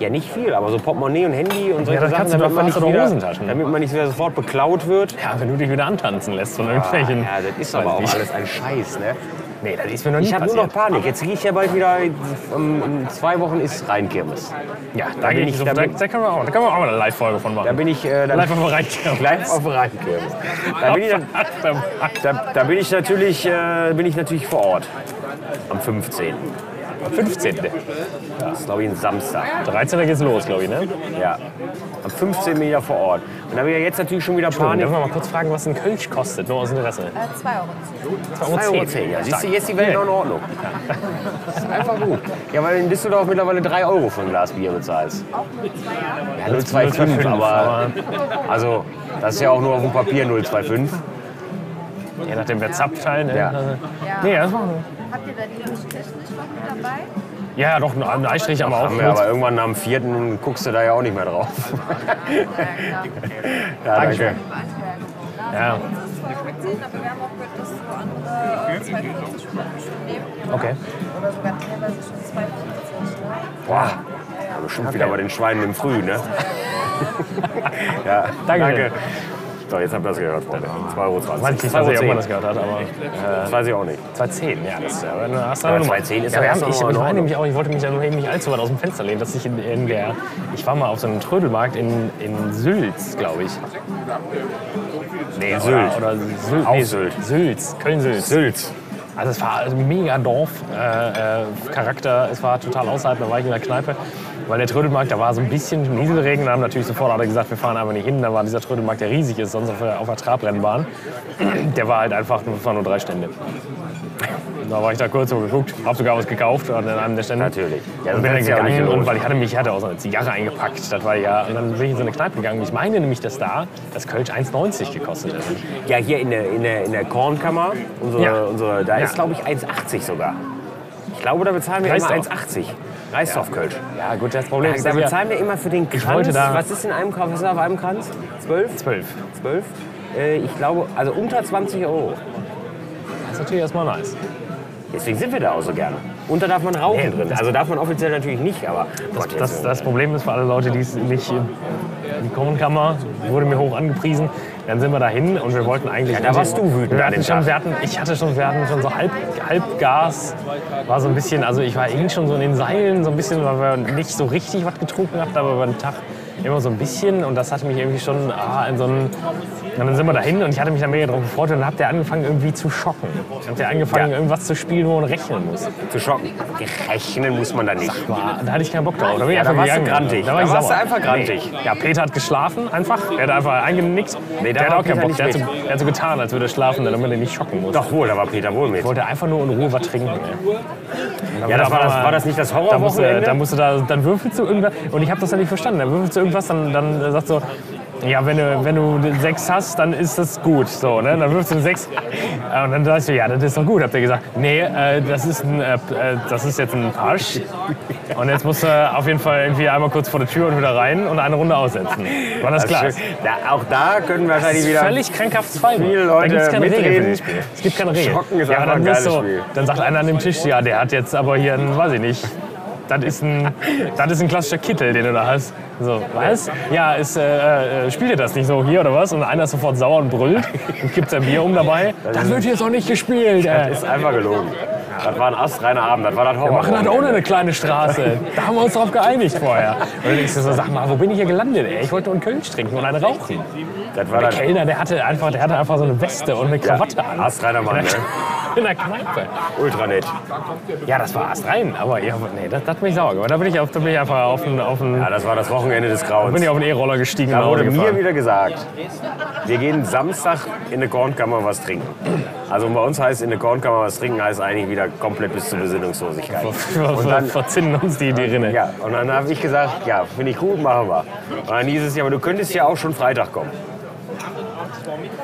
[SPEAKER 2] Ja, nicht viel, aber so Portemonnaie und Handy und solche
[SPEAKER 1] das
[SPEAKER 2] Sachen,
[SPEAKER 1] kannst du
[SPEAKER 2] damit
[SPEAKER 1] doch-
[SPEAKER 2] man,
[SPEAKER 1] kannst
[SPEAKER 2] nicht
[SPEAKER 1] du doch
[SPEAKER 2] wieder,
[SPEAKER 1] Hosentaschen.
[SPEAKER 2] damit man nicht wieder sofort beklaut wird.
[SPEAKER 1] Ja, wenn du dich wieder antanzen lässt von irgendwelchen.
[SPEAKER 2] Ah, ja, das ist
[SPEAKER 1] Weiß
[SPEAKER 2] aber auch
[SPEAKER 1] nicht.
[SPEAKER 2] alles ein Scheiß, ne?
[SPEAKER 1] Nee, das ist mir noch nie
[SPEAKER 2] Ich habe nur noch
[SPEAKER 1] Hm, passiert.
[SPEAKER 2] Panik. Jetzt gehe ich ja bald wieder, um, in zwei Wochen ist Rheinkirmes.
[SPEAKER 1] ja, da,
[SPEAKER 2] bin
[SPEAKER 1] gehe
[SPEAKER 2] ich-
[SPEAKER 1] ich so,
[SPEAKER 2] da
[SPEAKER 1] da, da,
[SPEAKER 2] bin-
[SPEAKER 1] können wir auch, da können wir auch mal eine Live-Folge von machen.
[SPEAKER 2] Da bin ich äh, dann
[SPEAKER 1] Live auf dem
[SPEAKER 2] (laughs)
[SPEAKER 1] Reichkirchen.
[SPEAKER 2] live auf Rheinkirmes. Da bin ich, dann, da, da bin ich, natürlich, äh, bin ich natürlich vor Ort. Am 15.
[SPEAKER 1] 15.
[SPEAKER 2] Das ist, glaube ich, ein Samstag.
[SPEAKER 1] 13. geht's los, glaube ich, ne?
[SPEAKER 2] Ja. Am 15. bin ich ja vor Ort. Und da habe ich ja jetzt natürlich schon wieder
[SPEAKER 1] Dürfen
[SPEAKER 2] Panik.
[SPEAKER 1] wir mal kurz fragen, was ein Kölsch kostet, nur aus Interesse.
[SPEAKER 3] 2 Äh, Euro.
[SPEAKER 1] 2,10
[SPEAKER 2] 2,10 Euro. Ja, siehst du, jetzt die Welt noch in Ordnung. Das ist einfach gut. Ja, weil in Düsseldorf mittlerweile 3 Euro für ein Glas Bier bezahlst. Ja, 0,25, aber... Also, das ist ja auch nur auf dem Papier 0,25.
[SPEAKER 1] Je nachdem, wer zapft halt. Ne?
[SPEAKER 2] Ja.
[SPEAKER 1] Also-
[SPEAKER 3] Ja.
[SPEAKER 1] Nee, das machen
[SPEAKER 3] Habt ihr da die Tischtisch noch mit dabei?
[SPEAKER 1] wir. Ja, doch, einen Eistrich haben wir auch.
[SPEAKER 2] Haben wir aber irgendwann am 4. guckst du da ja auch nicht mehr drauf. ja, danke.
[SPEAKER 3] ne?
[SPEAKER 1] Ja.
[SPEAKER 3] Aber wir haben auch gehört, dass so andere äh, 250 schon nehmen.
[SPEAKER 1] Okay.
[SPEAKER 3] Oder sogar teilweise schon 250. ne?
[SPEAKER 2] Boah. Ja, bestimmt wieder bei den Schweinen im
[SPEAKER 1] (laughs)
[SPEAKER 2] Früh, ne? ja, danke.
[SPEAKER 1] Danke.
[SPEAKER 2] So, jetzt habt ihr das gehört, Freunde. 2,20 Euro.
[SPEAKER 1] Ich weiß nicht, dass ich, ob man das
[SPEAKER 2] 2,10.
[SPEAKER 1] gehört hat, aber
[SPEAKER 2] Das weiß ich auch nicht.
[SPEAKER 1] 210, ja, das ist aber eine erste
[SPEAKER 2] Ja,
[SPEAKER 1] Nummer.
[SPEAKER 2] 210 ist
[SPEAKER 1] ja,
[SPEAKER 2] aber
[SPEAKER 1] wir
[SPEAKER 2] erst
[SPEAKER 1] haben, ich, ich
[SPEAKER 2] noch mal in
[SPEAKER 1] war
[SPEAKER 2] Ordnung.
[SPEAKER 1] nämlich auch, ich wollte mich ja nur eben nicht allzu weit aus dem Fenster lehnen, dass ich in, in der, ich war mal auf so einem Trödelmarkt in, in Sülz, glaube ich.
[SPEAKER 2] Nee,
[SPEAKER 1] Oder,
[SPEAKER 2] Sylt.
[SPEAKER 1] oder Sylt,
[SPEAKER 2] Auch
[SPEAKER 1] nee,
[SPEAKER 2] Sylt.
[SPEAKER 1] Sülz, Köln-Sülz.
[SPEAKER 2] Sylt.
[SPEAKER 1] Also Äh, es war also mega Dorf-Charakter, es war total außerhalb, da war ich in der Kneipe Weil der Trödelmarkt, da war so ein bisschen Nieselregen, da haben natürlich sofort alle gesagt, wir fahren einfach nicht hin. Da war dieser Trödelmarkt, der riesig ist, sonst auf der, auf der Trabrennbahn. Der war halt einfach, das waren nur drei Stände. Da war ich da kurz so geguckt, habe sogar was gekauft an einem der Stände.
[SPEAKER 2] Natürlich.
[SPEAKER 1] Ja,
[SPEAKER 2] Ja, das
[SPEAKER 1] und bin dann
[SPEAKER 2] kannst du ja auch nicht
[SPEAKER 1] gegangen
[SPEAKER 2] los.
[SPEAKER 1] und weil ich hatte mich ich hatte auch so eine Zigarre eingepackt. Das war ja, und dann bin ich in so eine Kneipe gegangen. Ich meine nämlich, dass da das Kölsch 1,90 gekostet hat.
[SPEAKER 2] Ja, hier in der, in der, in der Kornkammer, unsere,
[SPEAKER 1] Ja.
[SPEAKER 2] unsere, da
[SPEAKER 1] Ja.
[SPEAKER 2] ist glaube ich 1,80 sogar. Ich glaube, da bezahlen wir
[SPEAKER 1] Reisdorf.
[SPEAKER 2] immer 1,80. Reisdorf-Kölsch.
[SPEAKER 1] Ja gut, das Problem
[SPEAKER 2] Da bezahlen wir immer für den Kranz.
[SPEAKER 1] wollte da-
[SPEAKER 2] Was ist in einem Kranz? Was ist auf einem Kranz? 12?
[SPEAKER 1] 12.
[SPEAKER 2] 12? Äh, ich glaube, also unter 20 Euro.
[SPEAKER 1] Das ist natürlich erstmal nice.
[SPEAKER 2] Deswegen sind wir da auch so gerne. Unter darf man rauchen
[SPEAKER 1] Nee,
[SPEAKER 2] drin.
[SPEAKER 1] das-
[SPEAKER 2] Also darf man offiziell natürlich nicht, aber Gott, jetzt-
[SPEAKER 1] Das, das Problem ist für alle Leute, die es nicht... Die Kornkammer wurde mir hoch angepriesen. Dann sind wir da hin und wir wollten eigentlich...
[SPEAKER 2] da warst du wütend
[SPEAKER 1] Wir
[SPEAKER 2] an dem
[SPEAKER 1] hatten schon,
[SPEAKER 2] Tag.
[SPEAKER 1] wir hatten, ich hatte schon, wir hatten schon so halb, Halbgas. War so ein bisschen, also ich war irgendwie schon so in den Seilen, so ein bisschen, weil wir nicht so richtig was getrunken hatten, aber über den Tag immer so ein bisschen. Und das hatte mich irgendwie schon ah, in so einen... Und dann sind wir dahin und ich hatte mich da mega drauf gefreut und dann habt ihr angefangen irgendwie zu schocken. Habt ihr angefangen
[SPEAKER 2] Ja.
[SPEAKER 1] irgendwas zu spielen, wo man rechnen muss.
[SPEAKER 2] zu schocken. Rechnen muss man da nicht.
[SPEAKER 1] War, da hatte ich keinen Bock drauf. Da, bin ich
[SPEAKER 2] Ja, da
[SPEAKER 1] einfach
[SPEAKER 2] warst du
[SPEAKER 1] gegangen.
[SPEAKER 2] grantig.
[SPEAKER 1] Da, war ich
[SPEAKER 2] Da warst
[SPEAKER 1] sauer.
[SPEAKER 2] du einfach grantig.
[SPEAKER 1] Nee. Ja, Peter hat geschlafen einfach. Der hat einfach eingenickt.
[SPEAKER 2] Nee, da
[SPEAKER 1] der hat
[SPEAKER 2] war
[SPEAKER 1] auch keinen
[SPEAKER 2] Peter
[SPEAKER 1] Bock. Der hat,
[SPEAKER 2] nicht
[SPEAKER 1] so,
[SPEAKER 2] mit.
[SPEAKER 1] der hat so getan, als würde er schlafen, damit er nicht schocken muss.
[SPEAKER 2] Doch wohl, da war Peter wohl mit.
[SPEAKER 1] Ich wollte einfach nur in Ruhe was trinken. Ey.
[SPEAKER 2] Ja, das war, das, war das nicht das
[SPEAKER 1] Da musst, du, da
[SPEAKER 2] Horrorwochenende?
[SPEAKER 1] musst du da, dann würfelst du irgendwas. Und ich habe das ja nicht verstanden. Dann würfelst du irgendwas, dann, dann äh, sagst du, ja, wenn du, wenn du eine sechs hast, dann ist das gut. So, ne? Dann würfelst du eine sechs Äh, Und dann sagst du, ja, das ist doch gut. Habt ihr gesagt, nee, äh, das, ist ein, äh, äh, das ist jetzt ein Pasch. Und jetzt musst du auf jeden Fall irgendwie einmal kurz vor der Tür und wieder rein und eine Runde aussetzen. War das,
[SPEAKER 2] Das
[SPEAKER 1] klar?
[SPEAKER 2] ist schön. Da, auch da können wahrscheinlich
[SPEAKER 1] ist
[SPEAKER 2] wieder.
[SPEAKER 1] völlig krankhaftes Fall.
[SPEAKER 2] Viele
[SPEAKER 1] da
[SPEAKER 2] Leute
[SPEAKER 1] gibt's keine Regeln für
[SPEAKER 2] mitreden.
[SPEAKER 1] dieses Spiel. Es gibt keine Regeln.
[SPEAKER 2] Schocken ist
[SPEAKER 1] ja,
[SPEAKER 2] einfach
[SPEAKER 1] dann
[SPEAKER 2] ein
[SPEAKER 1] musst
[SPEAKER 2] geiles
[SPEAKER 1] du-
[SPEAKER 2] Spiel.
[SPEAKER 1] Dann sagt einer an dem Tisch, ja, der hat jetzt aber hier einen, weiß ich nicht, das ist ein, das ist ein klassischer Kittel, den du da hast. So, was? Ja, ist, äh, äh, spielt ihr das nicht so hier oder was? Und einer ist sofort sauer und brüllt und kippt sein Bier um dabei. Das wird jetzt auch nicht gespielt, ey.
[SPEAKER 2] Das ist einfach gelogen. Das war ein astreiner Abend, das war das
[SPEAKER 1] Wir machen das
[SPEAKER 2] Horror.
[SPEAKER 1] ohne eine kleine Straße. Da haben wir uns drauf geeinigt vorher. Und dann denkst du so, sag mal, wo bin ich hier gelandet? Ey? Ich wollte nur einen Kölsch trinken und einen rauchen.
[SPEAKER 2] Das war
[SPEAKER 1] Der
[SPEAKER 2] das
[SPEAKER 1] Kellner, der hatte einfach, der hatte einfach so eine Weste und eine Krawatte an.
[SPEAKER 2] astreiner Mann,
[SPEAKER 1] In der-
[SPEAKER 2] ne?
[SPEAKER 1] In der Kneipe.
[SPEAKER 2] ultra nett.
[SPEAKER 1] Ja, das war astrein, aber ja, nee, das, das hat mich sauer gemacht. Da bin ich, auf, da bin ich einfach auf einen, auf einen,
[SPEAKER 2] Ja, das war das Wochenende des Grauens.
[SPEAKER 1] bin ich auf einen E-Roller gestiegen.
[SPEAKER 2] Da
[SPEAKER 1] und
[SPEAKER 2] wurde
[SPEAKER 1] nach Hause gefahren.
[SPEAKER 2] mir wieder gesagt, wir gehen Samstag in eine Kornkammer was trinken. Also bei uns heißt in eine Kornkammer was trinken heißt eigentlich wieder komplett bis zur Besinnungslosigkeit.
[SPEAKER 1] Wir (laughs)
[SPEAKER 2] Und dann,
[SPEAKER 1] verzinnen uns die, die Rinne.
[SPEAKER 2] ja, und dann habe ich gesagt, ja, finde ich gut, machen wir. Und dann hieß es ja, aber du könntest ja auch schon Freitag kommen.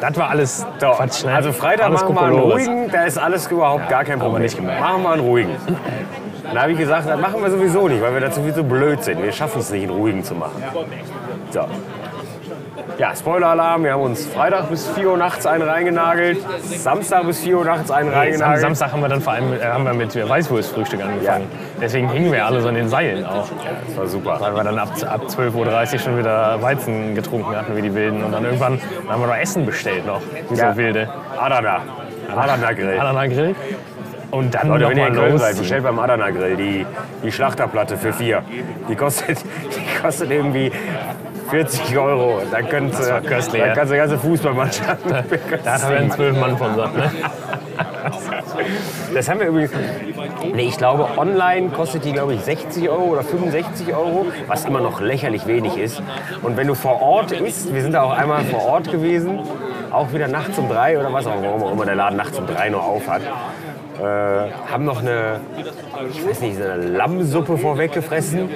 [SPEAKER 1] Das war alles
[SPEAKER 2] So,
[SPEAKER 1] Quatsch, ne?
[SPEAKER 2] also Freitag
[SPEAKER 1] alles
[SPEAKER 2] machen wir einen
[SPEAKER 1] Kokolores.
[SPEAKER 2] ruhigen, da ist alles überhaupt gar kein
[SPEAKER 1] haben wir
[SPEAKER 2] Problem.
[SPEAKER 1] nicht gemerkt.
[SPEAKER 2] machen wir einen ruhigen. Dann habe ich gesagt, das machen wir sowieso nicht, weil wir dazu viel zu blöd sind. Wir schaffen es nicht, einen ruhigen zu machen. So. Ja, Spoiler-Alarm, wir haben uns Freitag bis 4 Uhr nachts einen reingenagelt, Samstag bis 4 Uhr nachts einen
[SPEAKER 1] Am
[SPEAKER 2] reingenagelt.
[SPEAKER 1] Samstag haben wir dann vor allem mit, äh, haben wir mit Weißwurstfrühstück angefangen. Deswegen hingen wir alle so in den Seilen auch.
[SPEAKER 2] Das war super.
[SPEAKER 1] Weil wir dann ab, ab 12.30 Uhr schon wieder Weizen getrunken hatten wie die Wilden. Und dann irgendwann dann haben wir noch Essen bestellt noch, wie
[SPEAKER 2] Ja.
[SPEAKER 1] so Wilde.
[SPEAKER 2] Adana. Adana-Grill.
[SPEAKER 1] Adana Grill. Und dann
[SPEAKER 2] Leute,
[SPEAKER 1] noch
[SPEAKER 2] wenn ihr
[SPEAKER 1] mal
[SPEAKER 2] in Köln seid,
[SPEAKER 1] los.
[SPEAKER 2] bestellt beim Adana Grill die, die Schlachterplatte für vier. Die kostet, (laughs) die kostet irgendwie 40 Euro. Da könnt, das
[SPEAKER 1] war köstlich,
[SPEAKER 2] Da
[SPEAKER 1] ja.
[SPEAKER 2] kannst du ganze Fußballmannschaft (laughs)
[SPEAKER 1] Da hatten wir einen zwölf Mann von satt, ne?
[SPEAKER 2] Das haben wir übrigens. Nee, ich glaube, online kostet die, glaube ich, 60 Euro oder 65 Euro, was immer noch lächerlich wenig ist. Und wenn du vor Ort isst, wir sind da auch einmal vor Ort gewesen, auch wieder nachts um drei oder was auch warum auch immer der Laden nachts um drei nur auf hat, äh, haben noch eine, ich weiß nicht, so eine Lammsuppe vorweggefressen.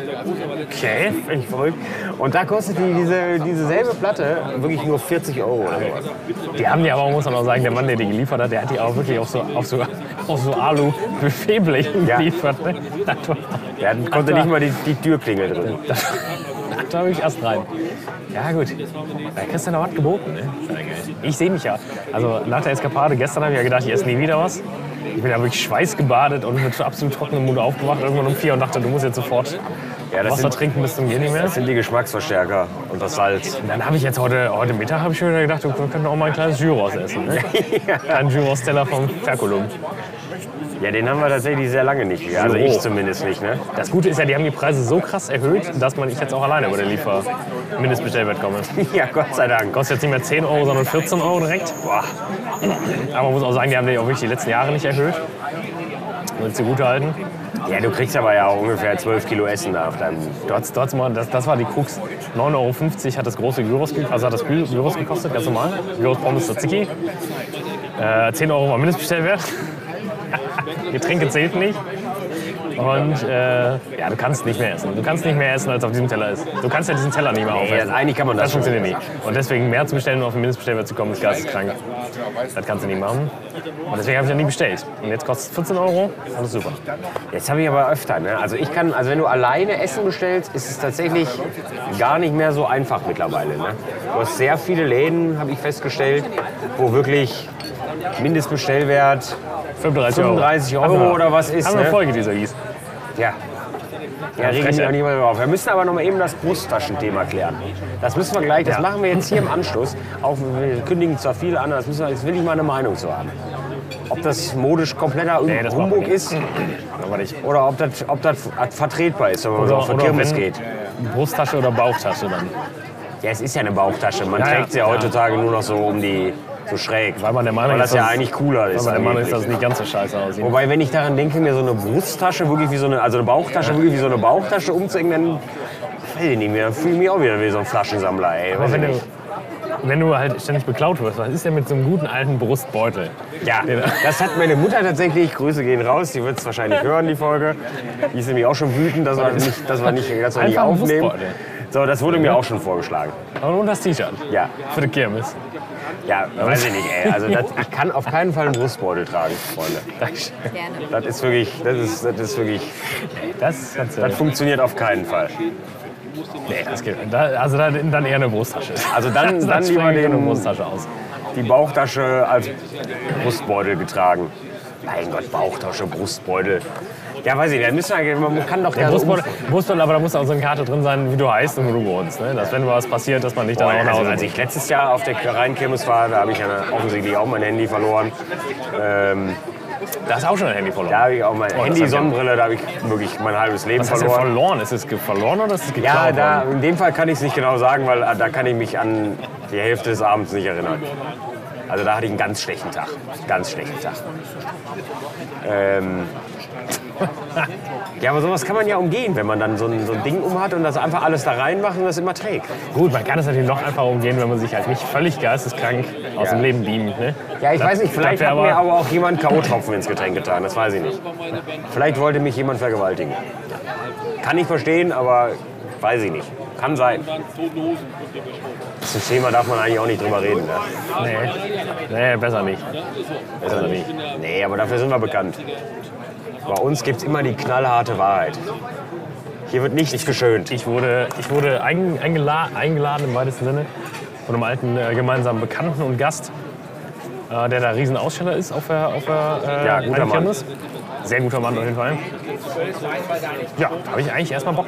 [SPEAKER 2] Okay. Völlig verrückt. Und da kostet die diese, dieselbe Platte wirklich nur 40 Euro oder sowas.
[SPEAKER 1] Die haben die aber, muss man auch sagen, der Mann, der die geliefert hat, der hat die auch wirklich auf so, auf so, auf so Alu-Buffetblechen
[SPEAKER 2] Ja.
[SPEAKER 1] geliefert. Ne? Das war-
[SPEAKER 2] Der konnte nicht mal die, die Türklingel drin.
[SPEAKER 1] Da habe ich erst rein. Ja gut, da kriegst du noch was geboten. Ne? Sehr geil. Ich sehe mich ja. Also nach der Eskapade gestern habe ich ja gedacht, ich esse nie wieder was. Ich bin ja wirklich schweißgebadet und mit absolut trockenem Mund aufgewacht irgendwann um vier und dachte, du musst jetzt sofort
[SPEAKER 2] Ja, das
[SPEAKER 1] Wasser
[SPEAKER 2] sind-
[SPEAKER 1] trinken bis zum Gehen nicht mehr.
[SPEAKER 2] Das sind die Geschmacksverstärker und das Salz.
[SPEAKER 1] Und dann habe ich jetzt heute, heute Mittag habe ich schon wieder gedacht, wir könnten auch mal ein kleines Gyros essen.
[SPEAKER 2] (laughs)
[SPEAKER 1] Ne? Ein Gyros-Teller vom Ferkulum.
[SPEAKER 2] Ja, den haben wir tatsächlich sehr lange nicht. mehr. Also
[SPEAKER 1] So.
[SPEAKER 2] ich zumindest nicht. Ne? (laughs)
[SPEAKER 1] Das Gute ist ja, die haben die Preise so krass erhöht, dass man ich jetzt auch alleine über den Liefer-Mindestbestellwert komme.
[SPEAKER 2] Ja, Gott sei Dank.
[SPEAKER 1] Kostet jetzt nicht mehr 10 Euro, sondern 14 Euro direkt.
[SPEAKER 2] Boah.
[SPEAKER 1] Aber man muss auch sagen, die haben die auch wirklich die letzten Jahre nicht erhöht. Wollen sie gut halten.
[SPEAKER 2] Ja, du kriegst aber ja auch ungefähr 12 Kilo Essen da auf deinem.
[SPEAKER 1] Dort, dort, mal- das, das war die Krux. 9,50 Euro hat das große Gyros, ge- also hat das Gy- Gyros gekostet, ganz normal. Gyros Pommes Tzatziki. Äh, 10 Euro war Mindestbestellwert. (laughs) Getränke zählt nicht. Und äh, ja, du kannst nicht mehr essen. Du kannst nicht mehr essen, als auf diesem Teller ist. Du kannst ja diesen Teller nicht mehr
[SPEAKER 2] Nee, das,
[SPEAKER 1] aufessen.
[SPEAKER 2] eigentlich kann man das,
[SPEAKER 1] Das funktioniert nicht. Und deswegen mehr zu bestellen und auf den Mindestbestellwert zu kommen, ist geisteskrank. Das kannst du nicht machen. Und deswegen habe ich ja nie bestellt. Und jetzt kostet es 14 Euro. Alles super.
[SPEAKER 2] Jetzt habe ich aber öfter. Ne? Also ich kann, also wenn du alleine Essen bestellst, ist es tatsächlich gar nicht mehr so einfach mittlerweile. Ne? Du hast sehr viele Läden, habe ich festgestellt, wo wirklich Mindestbestellwert
[SPEAKER 1] 35 Euro.
[SPEAKER 2] 35
[SPEAKER 1] Haben
[SPEAKER 2] Euro
[SPEAKER 1] wir-
[SPEAKER 2] oder was ist,
[SPEAKER 1] Haben wir
[SPEAKER 2] ne?
[SPEAKER 1] eine Folge, die so hieß.
[SPEAKER 2] Ja. Ja, regen
[SPEAKER 1] Frechheit.
[SPEAKER 2] wir auch nicht mal drauf. Wir müssen aber noch mal eben das Brusttaschenthema klären. Das müssen wir gleich, das
[SPEAKER 1] Ja.
[SPEAKER 2] machen wir jetzt hier im Anschluss. Auch wir kündigen zwar viel an, das müssen wir, jetzt will ich mal eine Meinung zu haben. Ob das modisch kompletter
[SPEAKER 1] Nee, das machen wir
[SPEAKER 2] Humbug
[SPEAKER 1] nicht.
[SPEAKER 2] ist
[SPEAKER 1] Aber nicht.
[SPEAKER 2] oder ob das, ob das vertretbar ist, wenn man so auf den Kirmes
[SPEAKER 1] wenn-
[SPEAKER 2] geht.
[SPEAKER 1] Brusttasche oder Bauchtasche dann.
[SPEAKER 2] Ja, es ist ja eine Bauchtasche. Man
[SPEAKER 1] Ja, ja.
[SPEAKER 2] trägt sie ja heutzutage nur noch so um die, so schräg.
[SPEAKER 1] Weil man der Meinung
[SPEAKER 2] Weil das
[SPEAKER 1] ist,
[SPEAKER 2] ja
[SPEAKER 1] dass-
[SPEAKER 2] eigentlich cooler ist.
[SPEAKER 1] Aber der Mann
[SPEAKER 2] angeblich.
[SPEAKER 1] ist das nicht ganz so scheiße aussieht.
[SPEAKER 2] Wobei, wenn ich daran denke, mir so eine Brusttasche wirklich wie so eine, also eine Bauchtasche wirklich wie so eine Bauchtasche umzuhängen, dann weiß ich nicht mehr, dann fühle ich mich auch wieder wie so ein Flaschensammler, ey.
[SPEAKER 1] Aber
[SPEAKER 2] Weiß ich
[SPEAKER 1] wenn du,
[SPEAKER 2] nicht.
[SPEAKER 1] wenn du halt ständig beklaut wirst, was ist denn mit so einem guten alten Brustbeutel?
[SPEAKER 2] Ja, das hat meine Mutter tatsächlich. Grüße gehen raus, die wird es wahrscheinlich hören, die Folge. Die ist nämlich auch schon wütend, dass wir nicht, dass wir nicht, dass wir nicht
[SPEAKER 1] Einfach ein
[SPEAKER 2] aufnehmen.
[SPEAKER 1] Brustbeutel.
[SPEAKER 2] So, das wurde mir auch schon vorgeschlagen.
[SPEAKER 1] Aber nur das T-Shirt.
[SPEAKER 2] Ja.
[SPEAKER 1] Für die Kirmes.
[SPEAKER 2] Ja, weiß ich nicht, ey. Also das, ich kann auf keinen Fall einen Brustbeutel tragen, Freunde.
[SPEAKER 3] Gerne.
[SPEAKER 2] Das ist wirklich, das ist, das ist wirklich,
[SPEAKER 1] Das, kannst du-
[SPEAKER 2] das funktioniert auf keinen Fall.
[SPEAKER 1] nee, das geht. Da, also dann, dann eher eine Brusttasche. (laughs)
[SPEAKER 2] Also dann- dann
[SPEAKER 1] sprengt
[SPEAKER 2] lieber den-
[SPEAKER 1] eine Brusttasche aus.
[SPEAKER 2] die Bauchtasche als Brustbeutel getragen. Mein Gott, Bauchtasche, Brustbeutel. Ja, weiß ich, nicht, da müssen wir, man kann doch
[SPEAKER 1] Der
[SPEAKER 2] ja so
[SPEAKER 1] Brustbeutel, Brustbeutel, aber da muss auch so eine Karte drin sein, wie du heißt und wo du wohnst. Ne? Dass wenn was passiert, dass man nicht dann
[SPEAKER 2] Boah,
[SPEAKER 1] auch nach
[SPEAKER 2] also,
[SPEAKER 1] Hause
[SPEAKER 2] als ich letztes Jahr auf der Rheinkirmes war, da habe ich ja offensichtlich auch mein Handy verloren. Ähm,
[SPEAKER 1] Da ist auch schon ein Handy verloren.
[SPEAKER 2] da habe ich auch mein
[SPEAKER 1] Oh, das
[SPEAKER 2] Handy,
[SPEAKER 1] hab ich auch.
[SPEAKER 2] Sonnenbrille, da habe ich wirklich mein halbes Leben
[SPEAKER 1] Was hast du denn
[SPEAKER 2] verloren.
[SPEAKER 1] verloren? Ist es ge- verloren oder ist es geklaut
[SPEAKER 2] Ja, da,
[SPEAKER 1] worden?
[SPEAKER 2] in dem Fall kann ich es nicht genau sagen, weil äh, da kann ich mich an die Hälfte des Abends nicht erinnern. Also da hatte ich einen ganz schlechten Tag. Ganz schlechten Tag. Ähm, ja, aber sowas kann man ja umgehen, wenn man dann so ein, so ein Ding umhat und das einfach alles da reinmacht und das immer trägt.
[SPEAKER 1] Gut, man kann es natürlich noch einfacher umgehen, wenn man sich halt nicht völlig geisteskrank aus
[SPEAKER 2] Ja.
[SPEAKER 1] dem Leben beamt. Ne?
[SPEAKER 2] Ja, ich
[SPEAKER 1] Das-
[SPEAKER 2] weiß nicht, vielleicht
[SPEAKER 1] das wär
[SPEAKER 2] hat mir aber auch jemand K.O.-Tropfen ins Getränk getan, das weiß ich nicht. Vielleicht wollte mich jemand vergewaltigen. Kann ich verstehen, aber weiß ich nicht. Kann sein. Das ist ein Thema darf man eigentlich auch nicht drüber reden. Ne?
[SPEAKER 1] Nee. nee, besser nicht.
[SPEAKER 2] Besser nicht. Nee, aber dafür sind wir bekannt. Bei uns gibt es immer die knallharte Wahrheit. Hier wird nichts geschönt.
[SPEAKER 1] Ich wurde, ich wurde ein, eingela eingeladen im weitesten Sinne von einem alten äh, gemeinsamen Bekannten und Gast, äh, der da Riesenaussteller ist auf der, auf der äh,
[SPEAKER 2] Ja, guter
[SPEAKER 1] Rhein-
[SPEAKER 2] Mann.
[SPEAKER 1] Kirmes. Sehr guter Mann auf jeden Fall. Ja, da habe ich eigentlich erstmal Bock.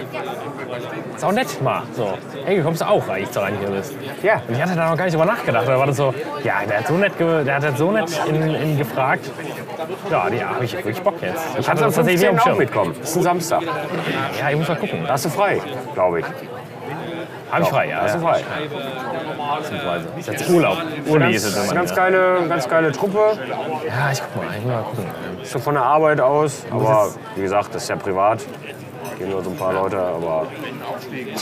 [SPEAKER 1] Ist auch nett mal. So, hey, kommst du auch eigentlich zur Rheinkirmes?
[SPEAKER 2] Ja.
[SPEAKER 1] Und ich hatte da noch gar nicht drüber nachgedacht. Da war das so, ja, der hat so nett, ge der hat das so nett in, in gefragt. Ja, die habe ich wirklich Bock jetzt. Ich
[SPEAKER 2] Kannst am
[SPEAKER 1] das Also tatsächlich
[SPEAKER 2] 15.
[SPEAKER 1] nicht auf
[SPEAKER 2] auch
[SPEAKER 1] dem Schirm.
[SPEAKER 2] mitkommen. Das ist ein Samstag.
[SPEAKER 1] Ja, ich muss mal gucken.
[SPEAKER 2] Da hast du frei, glaube ich.
[SPEAKER 1] Habe ich frei, ja.
[SPEAKER 2] Hast du frei.
[SPEAKER 1] Beziehungsweise. Ist jetzt Urlaub. Uni ist es
[SPEAKER 2] Ganz,
[SPEAKER 1] immer.
[SPEAKER 2] ganz, geile, ganz geile Truppe.
[SPEAKER 1] Ja, ich guck mal. Ich muss mal gucken.
[SPEAKER 2] So von der Arbeit aus. Aber wie gesagt, das ist ja privat. Gehen nur so ein paar Leute, aber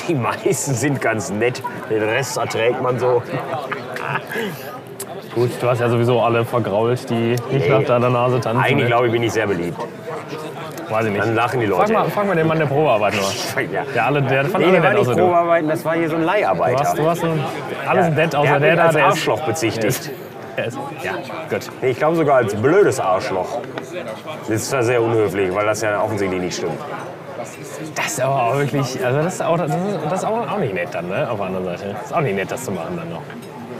[SPEAKER 2] die (laughs) meisten sind ganz nett. Den Rest erträgt man so.
[SPEAKER 1] Gut, du hast ja sowieso alle vergrault, die nicht nach deiner Nase tanzen.
[SPEAKER 2] Eigentlich,
[SPEAKER 1] ne?
[SPEAKER 2] glaube ich, bin ich sehr beliebt.
[SPEAKER 1] Weiß ich nicht.
[SPEAKER 2] Dann lachen die Leute.
[SPEAKER 1] Frag mal, frag mal den Mann der Probearbeit nur.
[SPEAKER 2] (laughs) Ja.
[SPEAKER 1] Der, alle, der fand
[SPEAKER 2] Nee,
[SPEAKER 1] alle
[SPEAKER 2] der war
[SPEAKER 1] nett
[SPEAKER 2] nicht
[SPEAKER 1] außer du.
[SPEAKER 2] Probearbeiten, das war hier so ein
[SPEAKER 1] Du
[SPEAKER 2] Leiharbeiter.
[SPEAKER 1] hast, du hast so alles nett außer
[SPEAKER 2] der,
[SPEAKER 1] der
[SPEAKER 2] hat mich
[SPEAKER 1] da,
[SPEAKER 2] als
[SPEAKER 1] der ist.
[SPEAKER 2] Arschloch bezichtigt.
[SPEAKER 1] Der ist ja, gut.
[SPEAKER 2] Nee, ich glaube sogar als blödes Arschloch. Das ist zwar sehr unhöflich, weil das ja offensichtlich nicht stimmt.
[SPEAKER 1] Das ist aber auch wirklich. Also, das ist, auch, das ist, das ist auch, auch nicht nett dann, ne? Auf der anderen Seite. Ist auch nicht nett, das zu machen dann noch.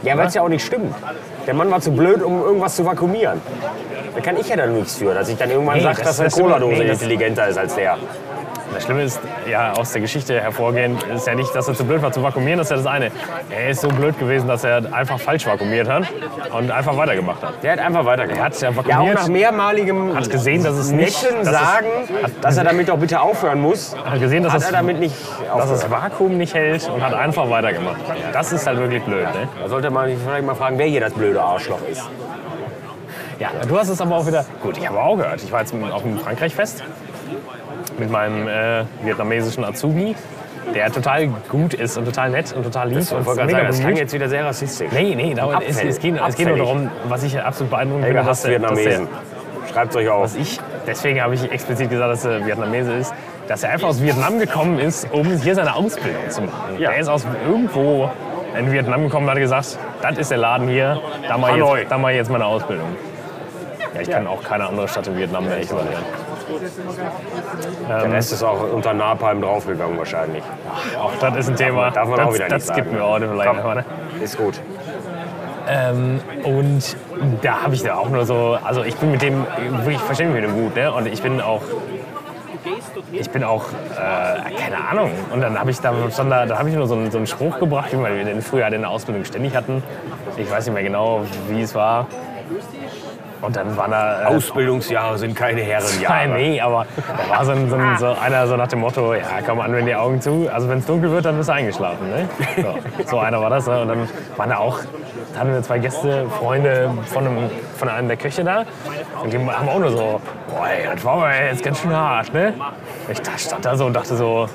[SPEAKER 2] Ja, weil es ja auch nicht stimmt. Der Mann war zu blöd, um irgendwas zu vakuumieren. Da kann ich ja dann nichts für, dass ich dann irgendwann
[SPEAKER 1] Nee,
[SPEAKER 2] sage,
[SPEAKER 1] das-
[SPEAKER 2] dass eine
[SPEAKER 1] das stimmt.
[SPEAKER 2] Cola-Dose
[SPEAKER 1] Nee, das-
[SPEAKER 2] intelligenter ist als der.
[SPEAKER 1] Das Schlimme ist, ja, aus der Geschichte hervorgehend, ist ja nicht, dass er zu blöd war zu vakuumieren, das ist ja das eine. Er ist so blöd gewesen, dass er einfach falsch vakuumiert hat und einfach weitergemacht hat.
[SPEAKER 2] Der hat einfach weitergemacht.
[SPEAKER 1] Er hat ja
[SPEAKER 2] Ja, auch
[SPEAKER 1] vakuumiert,
[SPEAKER 2] nach mehrmaligem
[SPEAKER 1] hat gesehen, dass es nicht,
[SPEAKER 2] Netten
[SPEAKER 1] dass
[SPEAKER 2] sagen, dass er damit doch bitte aufhören muss,
[SPEAKER 1] es, hat gesehen, dass,
[SPEAKER 2] hat
[SPEAKER 1] das,
[SPEAKER 2] er damit nicht
[SPEAKER 1] dass
[SPEAKER 2] aufgehört.
[SPEAKER 1] das Vakuum nicht hält und hat einfach weitergemacht. Das ist halt wirklich blöd, ne?
[SPEAKER 2] Da sollte man vielleicht mal fragen, wer hier das blöde Arschloch ist.
[SPEAKER 1] Ja, du hast es aber auch wieder. Gut, ich habe auch gehört. Ich war jetzt auf dem Frankreich-Fest. mit meinem äh, vietnamesischen Azubi, der total gut ist und total nett und total lieb.
[SPEAKER 2] Ich wollte
[SPEAKER 1] und
[SPEAKER 2] gerade sagen, das klang
[SPEAKER 1] bemüht.
[SPEAKER 2] jetzt wieder sehr rassistisch.
[SPEAKER 1] Nee, nee, darum, es,
[SPEAKER 2] Abfällig.
[SPEAKER 1] es, geht, es geht nur
[SPEAKER 2] Abfällig.
[SPEAKER 1] darum, was ich absolut beeindruckend
[SPEAKER 2] Helga
[SPEAKER 1] finde,
[SPEAKER 2] hasst
[SPEAKER 1] der- dass der,
[SPEAKER 2] Vietnamesen. Schreibt euch auf.
[SPEAKER 1] dass ich, deswegen habe ich explizit gesagt, dass er Vietnamese ist, dass er einfach aus Vietnam gekommen ist, um hier seine Ausbildung zu machen.
[SPEAKER 2] Ja.
[SPEAKER 1] Er ist aus irgendwo in Vietnam gekommen und hat gesagt, das ist der Laden hier, da mache ich,
[SPEAKER 2] Hanoi.
[SPEAKER 1] jetzt- da mache ich jetzt meine Ausbildung. Ja, ich kann auch keine andere Stadt in Vietnam, ehrlich gesagt. ähm,
[SPEAKER 2] Der Rest ist auch unter Napalm draufgegangen wahrscheinlich.
[SPEAKER 1] Auch das ist ein Thema.
[SPEAKER 2] Darf man
[SPEAKER 1] das
[SPEAKER 2] auch wieder
[SPEAKER 1] das
[SPEAKER 2] nicht sagen.
[SPEAKER 1] skippen wir heute vielleicht.
[SPEAKER 2] Komm.
[SPEAKER 1] einfach, ne?
[SPEAKER 2] Ist gut.
[SPEAKER 1] Ähm, und da habe ich da auch nur so, also ich bin mit dem, wirklich verstehe mich mit dem gut, ne? Und ich bin auch, ich bin auch, äh, keine Ahnung. Und dann habe ich da, stand da, da habe ich nur so einen, so einen Spruch gebracht, wie wir den früher in der Ausbildung ständig hatten. Ich weiß nicht mehr genau, wie es war. Und dann war da. äh,
[SPEAKER 2] Ausbildungsjahre sind keine
[SPEAKER 1] Nein,
[SPEAKER 2] Herrenjahre.
[SPEAKER 1] nee, aber da war so, ein, so, ein, so einer so nach dem Motto, ja, komm an, wenn die Augen zu, also wenn es dunkel wird, dann bist du eingeschlafen, ne? So, so einer war das, ne? und dann waren da auch, da hatten wir zwei Gäste, Freunde von einem, von einem der Köche da, und die haben auch nur so, boah, ey, das war aber jetzt ganz schön hart, ne? Ich da stand da so und dachte so,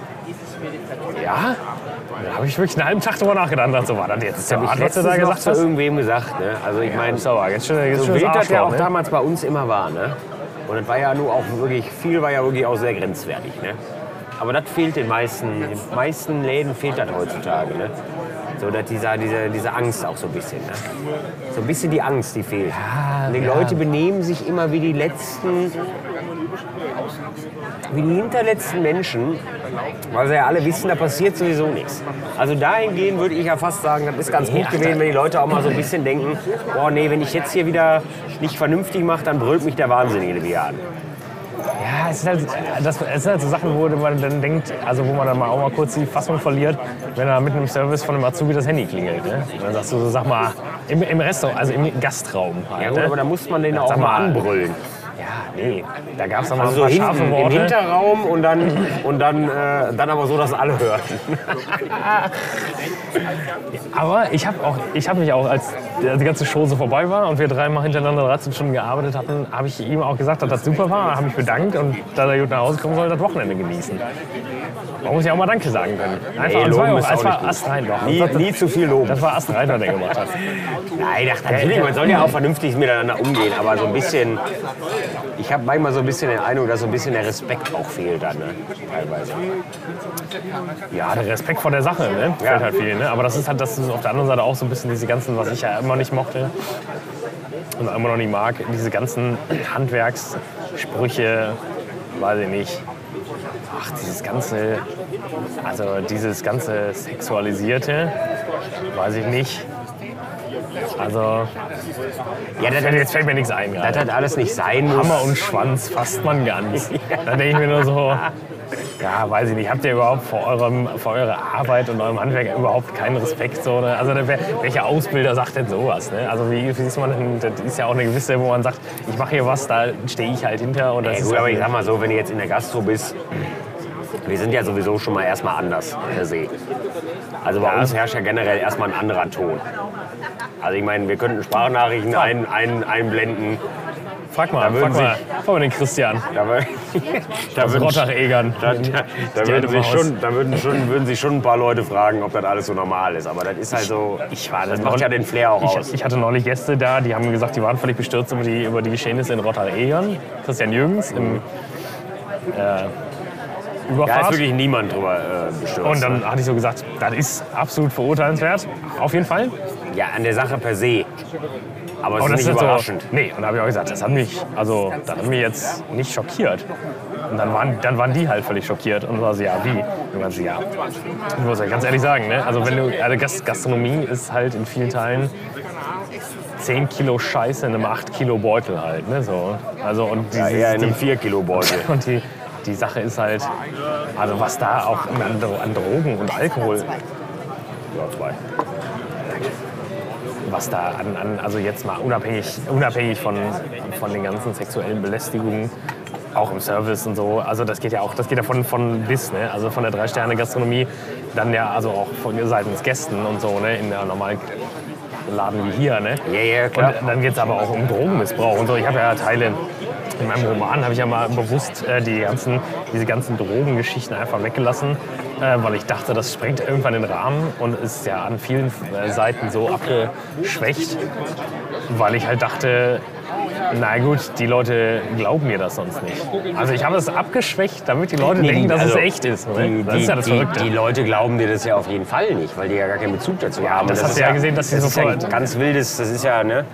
[SPEAKER 1] ja? Und Da habe ich wirklich einen halben Tag drüber nachgedacht, und dachte so, war das jetzt der Art, was du da gesagt
[SPEAKER 2] zu
[SPEAKER 1] hast?
[SPEAKER 2] irgendwem gesagt. Ne? Also ich meine, so
[SPEAKER 1] Sauer, jetzt schon, jetzt schon
[SPEAKER 2] wild das ja auch
[SPEAKER 1] ne?
[SPEAKER 2] damals bei uns immer war. Ne? Und das war ja nur auch wirklich, viel war ja wirklich auch sehr grenzwertig. Ne? Aber das fehlt den meisten, den meisten Läden fehlt das heutzutage. Ne? So, dass dieser, diese, diese Angst auch so ein bisschen. Ne? So ein bisschen die Angst, die fehlt. Und die
[SPEAKER 1] ja.
[SPEAKER 2] Leute benehmen sich immer wie die letzten, wie die hinterletzten Menschen, weil sie ja alle wissen, da passiert sowieso nichts. Also dahingehend würde ich ja fast sagen, das ist ganz gut gewesen, wenn die Leute auch mal so ein bisschen denken, oh nee, wenn ich jetzt hier wieder nicht vernünftig mache, dann brüllt mich der Wahnsinnige wieder an.
[SPEAKER 1] Ja, es ist halt, das, es sind halt so Sachen, wo man dann denkt, also wo man dann mal auch mal kurz die Fassung verliert, wenn da mitten im Service von einem Azubi das Handy klingelt. Ne? Und dann sagst du so, sag mal, im, im Restaurant, also im Gastraum halt.
[SPEAKER 2] Ja gut,
[SPEAKER 1] ne?
[SPEAKER 2] aber da muss man den auch
[SPEAKER 1] Sag
[SPEAKER 2] mal
[SPEAKER 1] mal.
[SPEAKER 2] anbrüllen.
[SPEAKER 1] ja nee, da gab es dann mal
[SPEAKER 2] Also so
[SPEAKER 1] ein paar
[SPEAKER 2] hinten,
[SPEAKER 1] scharfe
[SPEAKER 2] im
[SPEAKER 1] Worte.
[SPEAKER 2] Hinterraum und dann, und dann, äh, dann aber so, dass alle hören.
[SPEAKER 1] Aber ich habe hab mich auch, als die ganze Show so vorbei war und wir dreimal hintereinander 13 Stunden gearbeitet hatten, habe ich ihm auch gesagt, dass das super war, habe mich bedankt und dass er gut nach Hause kommen soll, das Wochenende genießen. Man muss ja auch mal Danke sagen können. Einfach,
[SPEAKER 2] Nee,
[SPEAKER 1] und es war
[SPEAKER 2] loben
[SPEAKER 1] ja
[SPEAKER 2] ist
[SPEAKER 1] auch, es
[SPEAKER 2] auch nicht
[SPEAKER 1] war
[SPEAKER 2] gut.
[SPEAKER 1] astrein doch.
[SPEAKER 2] Nie,
[SPEAKER 1] Das-
[SPEAKER 2] nie zu viel loben.
[SPEAKER 1] Das war Astrein, was der gemacht hat.
[SPEAKER 2] Nein, ach, natürlich, man soll ja auch vernünftig miteinander umgehen, aber so ein bisschen, ich habe manchmal so ein bisschen den Eindruck, dass so ein bisschen der Respekt auch fehlt dann, ne? teilweise.
[SPEAKER 1] Ja, der Respekt vor der Sache, ne? Fällt halt viel, ne? Aber das ist halt, das ist auf der anderen Seite auch so ein bisschen diese ganzen, was ich ja immer nicht mochte und immer noch nicht mag, diese ganzen Handwerkssprüche, weiß ich nicht. Ach, dieses ganze, also dieses ganze Sexualisierte, weiß ich nicht. Also,
[SPEAKER 2] Ja, das, das,
[SPEAKER 1] jetzt fällt mir nichts ein
[SPEAKER 2] das
[SPEAKER 1] gerade.
[SPEAKER 2] hat alles nicht sein muss.
[SPEAKER 1] Hammer und Schwanz fasst man
[SPEAKER 2] (laughs)
[SPEAKER 1] ganz. Da denke ich mir nur so, ja, weiß ich nicht, habt ihr überhaupt vor, eurem, vor eurer Arbeit und eurem Handwerk überhaupt keinen Respekt? So, ne? Also wer, welcher Ausbilder sagt denn sowas? Ne? Also wie wie ist man denn, das ist ja auch eine gewisse, wo man sagt, ich mache hier was, da stehe ich halt hinter. Und das
[SPEAKER 2] Ey,
[SPEAKER 1] ist
[SPEAKER 2] gut,
[SPEAKER 1] auch-
[SPEAKER 2] aber ich sag mal so, wenn du jetzt in der Gastro bist, wir sind ja sowieso schon mal erstmal anders per se. Also bei uns herrscht ja generell erstmal ein anderer Ton. Also ich meine, wir könnten Sprachnachrichten ein, ein, einblenden.
[SPEAKER 1] frag mal,
[SPEAKER 2] würden
[SPEAKER 1] frag mal, frag mal den Christian.
[SPEAKER 2] Da,
[SPEAKER 1] (laughs)
[SPEAKER 2] wär- da,
[SPEAKER 1] Aus
[SPEAKER 2] würden,
[SPEAKER 1] Rottach-Egern. (laughs)
[SPEAKER 2] da, da, da,
[SPEAKER 1] Die alte
[SPEAKER 2] würden sich
[SPEAKER 1] Maus.
[SPEAKER 2] schon, da würden, schon, würden sich schon ein paar Leute fragen, ob das alles so normal ist. Aber das ist halt so,
[SPEAKER 1] Ich war
[SPEAKER 2] das macht ja den Flair auch aus.
[SPEAKER 1] Ich, ich hatte neulich Gäste da, die haben gesagt, die waren völlig bestürzt über die, über die Geschehnisse in Rotterdam. Christian Jürgens im äh, Überfahrt.
[SPEAKER 2] Da ist wirklich niemand drüber äh, bestürzt.
[SPEAKER 1] und dann hatte ich so gesagt, das ist absolut verurteilenswert, auf jeden Fall.
[SPEAKER 2] ja, an der Sache per se. Aber
[SPEAKER 1] Aber
[SPEAKER 2] es ist
[SPEAKER 1] Oh, das
[SPEAKER 2] nicht
[SPEAKER 1] ist jetzt
[SPEAKER 2] überraschend.
[SPEAKER 1] so, nee, und da habe ich auch gesagt, das hat mich, also das hat mich jetzt nicht schockiert. Und dann waren, dann waren die halt völlig schockiert und war so, ja, wie? Und dann so, ja, ich muss ja ganz ehrlich sagen, ne? also wenn du, also Gas- Gastronomie ist halt in vielen Teilen 10 Kilo Scheiße in einem 8 Kilo Beutel halt, ne, so. Also und
[SPEAKER 2] Ja,
[SPEAKER 1] dieses-
[SPEAKER 2] eher in
[SPEAKER 1] die- (laughs)
[SPEAKER 2] einem 4-Kilo-Beutel.
[SPEAKER 1] und die, die Sache ist halt, also was da auch an, Dro- an Drogen und Alkohol,
[SPEAKER 2] Ja, zwei.
[SPEAKER 1] was da an, an also jetzt mal unabhängig, unabhängig von, von den ganzen sexuellen Belästigungen, auch im Service und so, also das geht ja auch, das geht ja von, von bis, ne? also von der Drei-Sterne-Gastronomie, dann ja also auch von seitens Gästen und so, ne? in der normalen Laden wie hier, ne?
[SPEAKER 2] Ja, ja, klar.
[SPEAKER 1] Und dann geht es aber auch um Drogenmissbrauch und so. Ich habe ja Teile in meinem Roman habe ich ja mal bewusst äh, die ganzen, diese ganzen Drogengeschichten einfach weggelassen, äh, weil ich dachte, das sprengt irgendwann den Rahmen und ist ja an vielen äh, Seiten so abgeschwächt, weil ich halt dachte, na gut, die Leute glauben mir das sonst nicht. Also ich habe es abgeschwächt, damit die Leute denken, dass
[SPEAKER 2] also
[SPEAKER 1] es echt ist. ne?
[SPEAKER 2] Die,
[SPEAKER 1] das
[SPEAKER 2] die,
[SPEAKER 1] ist ja das
[SPEAKER 2] die,
[SPEAKER 1] Verrückte.
[SPEAKER 2] die Leute glauben dir das ja auf jeden Fall nicht, weil die ja gar keinen Bezug dazu haben.
[SPEAKER 1] das
[SPEAKER 2] Und
[SPEAKER 1] hast
[SPEAKER 2] ist
[SPEAKER 1] du ja gesehen, dass sie
[SPEAKER 2] das ist ja
[SPEAKER 1] sofort-
[SPEAKER 2] ganz wildes, das ist ja, ne?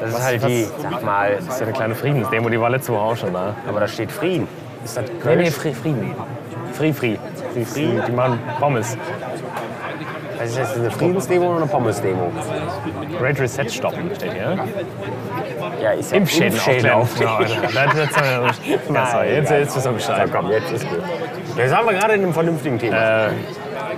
[SPEAKER 2] Das ist halt die,
[SPEAKER 1] was-
[SPEAKER 2] sag mal,
[SPEAKER 1] das ist ja eine kleine Friedensdemo, die war letzte Woche auch schon da.
[SPEAKER 2] aber da steht Frieden. Ist das
[SPEAKER 1] Nee, nee,
[SPEAKER 2] Kölsch?
[SPEAKER 1] Fri Frieden. Fri Fri. Die, Fri die machen Pommes.
[SPEAKER 2] Was ist das, eine Friedensdemo oder eine Pommesdemo?
[SPEAKER 1] Great Reset stoppen, steht hier.
[SPEAKER 2] Ja, ist ja
[SPEAKER 1] Impfschäden,
[SPEAKER 2] Impfschäden
[SPEAKER 1] aufklären. (laughs)
[SPEAKER 2] aufklären.
[SPEAKER 1] Genau, Alter. Das- das- das- das-
[SPEAKER 2] Nein,
[SPEAKER 1] Jetzt
[SPEAKER 2] egal.
[SPEAKER 1] jetzt wissen wir Bescheid.
[SPEAKER 2] Ja, komm, jetzt ist gut. Jetzt haben wir gerade in einem vernünftigen Thema.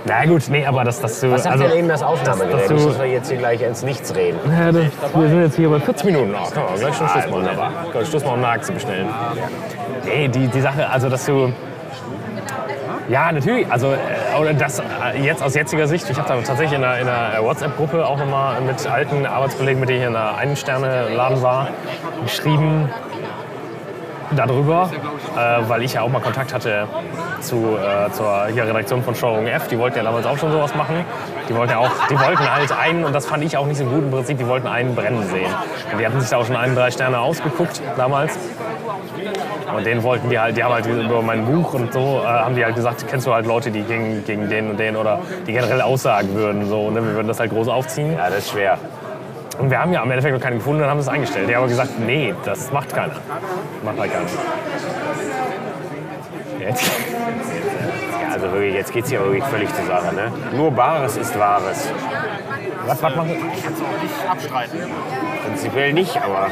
[SPEAKER 1] Na gut, nee, aber dass, dass du...
[SPEAKER 2] Was
[SPEAKER 1] Äh,
[SPEAKER 2] sagt
[SPEAKER 1] also,
[SPEAKER 2] denn eben das Aufnahmegerät?
[SPEAKER 1] dass
[SPEAKER 2] Nicht,
[SPEAKER 1] du-
[SPEAKER 2] dass wir jetzt hier gleich ins Nichts reden.
[SPEAKER 1] Ja, das- wir sind jetzt hier bei 40 Minuten. Oh, komm, gleich schon Schluss
[SPEAKER 2] Ah,
[SPEAKER 1] machen.
[SPEAKER 2] wunderbar.
[SPEAKER 1] Gleich Schluss machen, um eine Aktie bestellen. Nee, die, die Sache, also dass du... Ja, natürlich. Also, äh, oder das äh, jetzt aus jetziger Sicht. Ich habe da tatsächlich in einer, in einer WhatsApp-Gruppe auch nochmal mit alten Arbeitskollegen, mit denen ich in einer Einen-Sterne-Laden war, geschrieben darüber, äh, weil ich ja auch mal Kontakt hatte zu, äh, zur hier Redaktion von Showroom F. Die wollten ja damals auch schon sowas machen. Die wollten ja auch, die wollten halt einen, und das fand ich auch nicht so gut im Prinzip, die wollten einen brennen sehen. Und die hatten sich da auch schon einen drei Sterne ausgeguckt damals. Und den wollten die halt, die haben halt über mein Buch und so, äh, haben die halt gesagt, kennst du halt Leute, die gegen, gegen den und den oder die generell aussagen würden. So, ne? Wir würden das halt groß aufziehen.
[SPEAKER 2] Ja, das ist schwer.
[SPEAKER 1] Und wir haben ja im Endeffekt noch keinen gefunden und haben es eingestellt. Die haben aber gesagt, nee, das macht keiner. Macht halt keiner. Jetzt.
[SPEAKER 2] Ja, also wirklich, jetzt geht's hier wirklich völlig zur Sache, ne? Nur Bares ist Wahres.
[SPEAKER 1] Was, was machen
[SPEAKER 2] Prinzipiell nicht, aber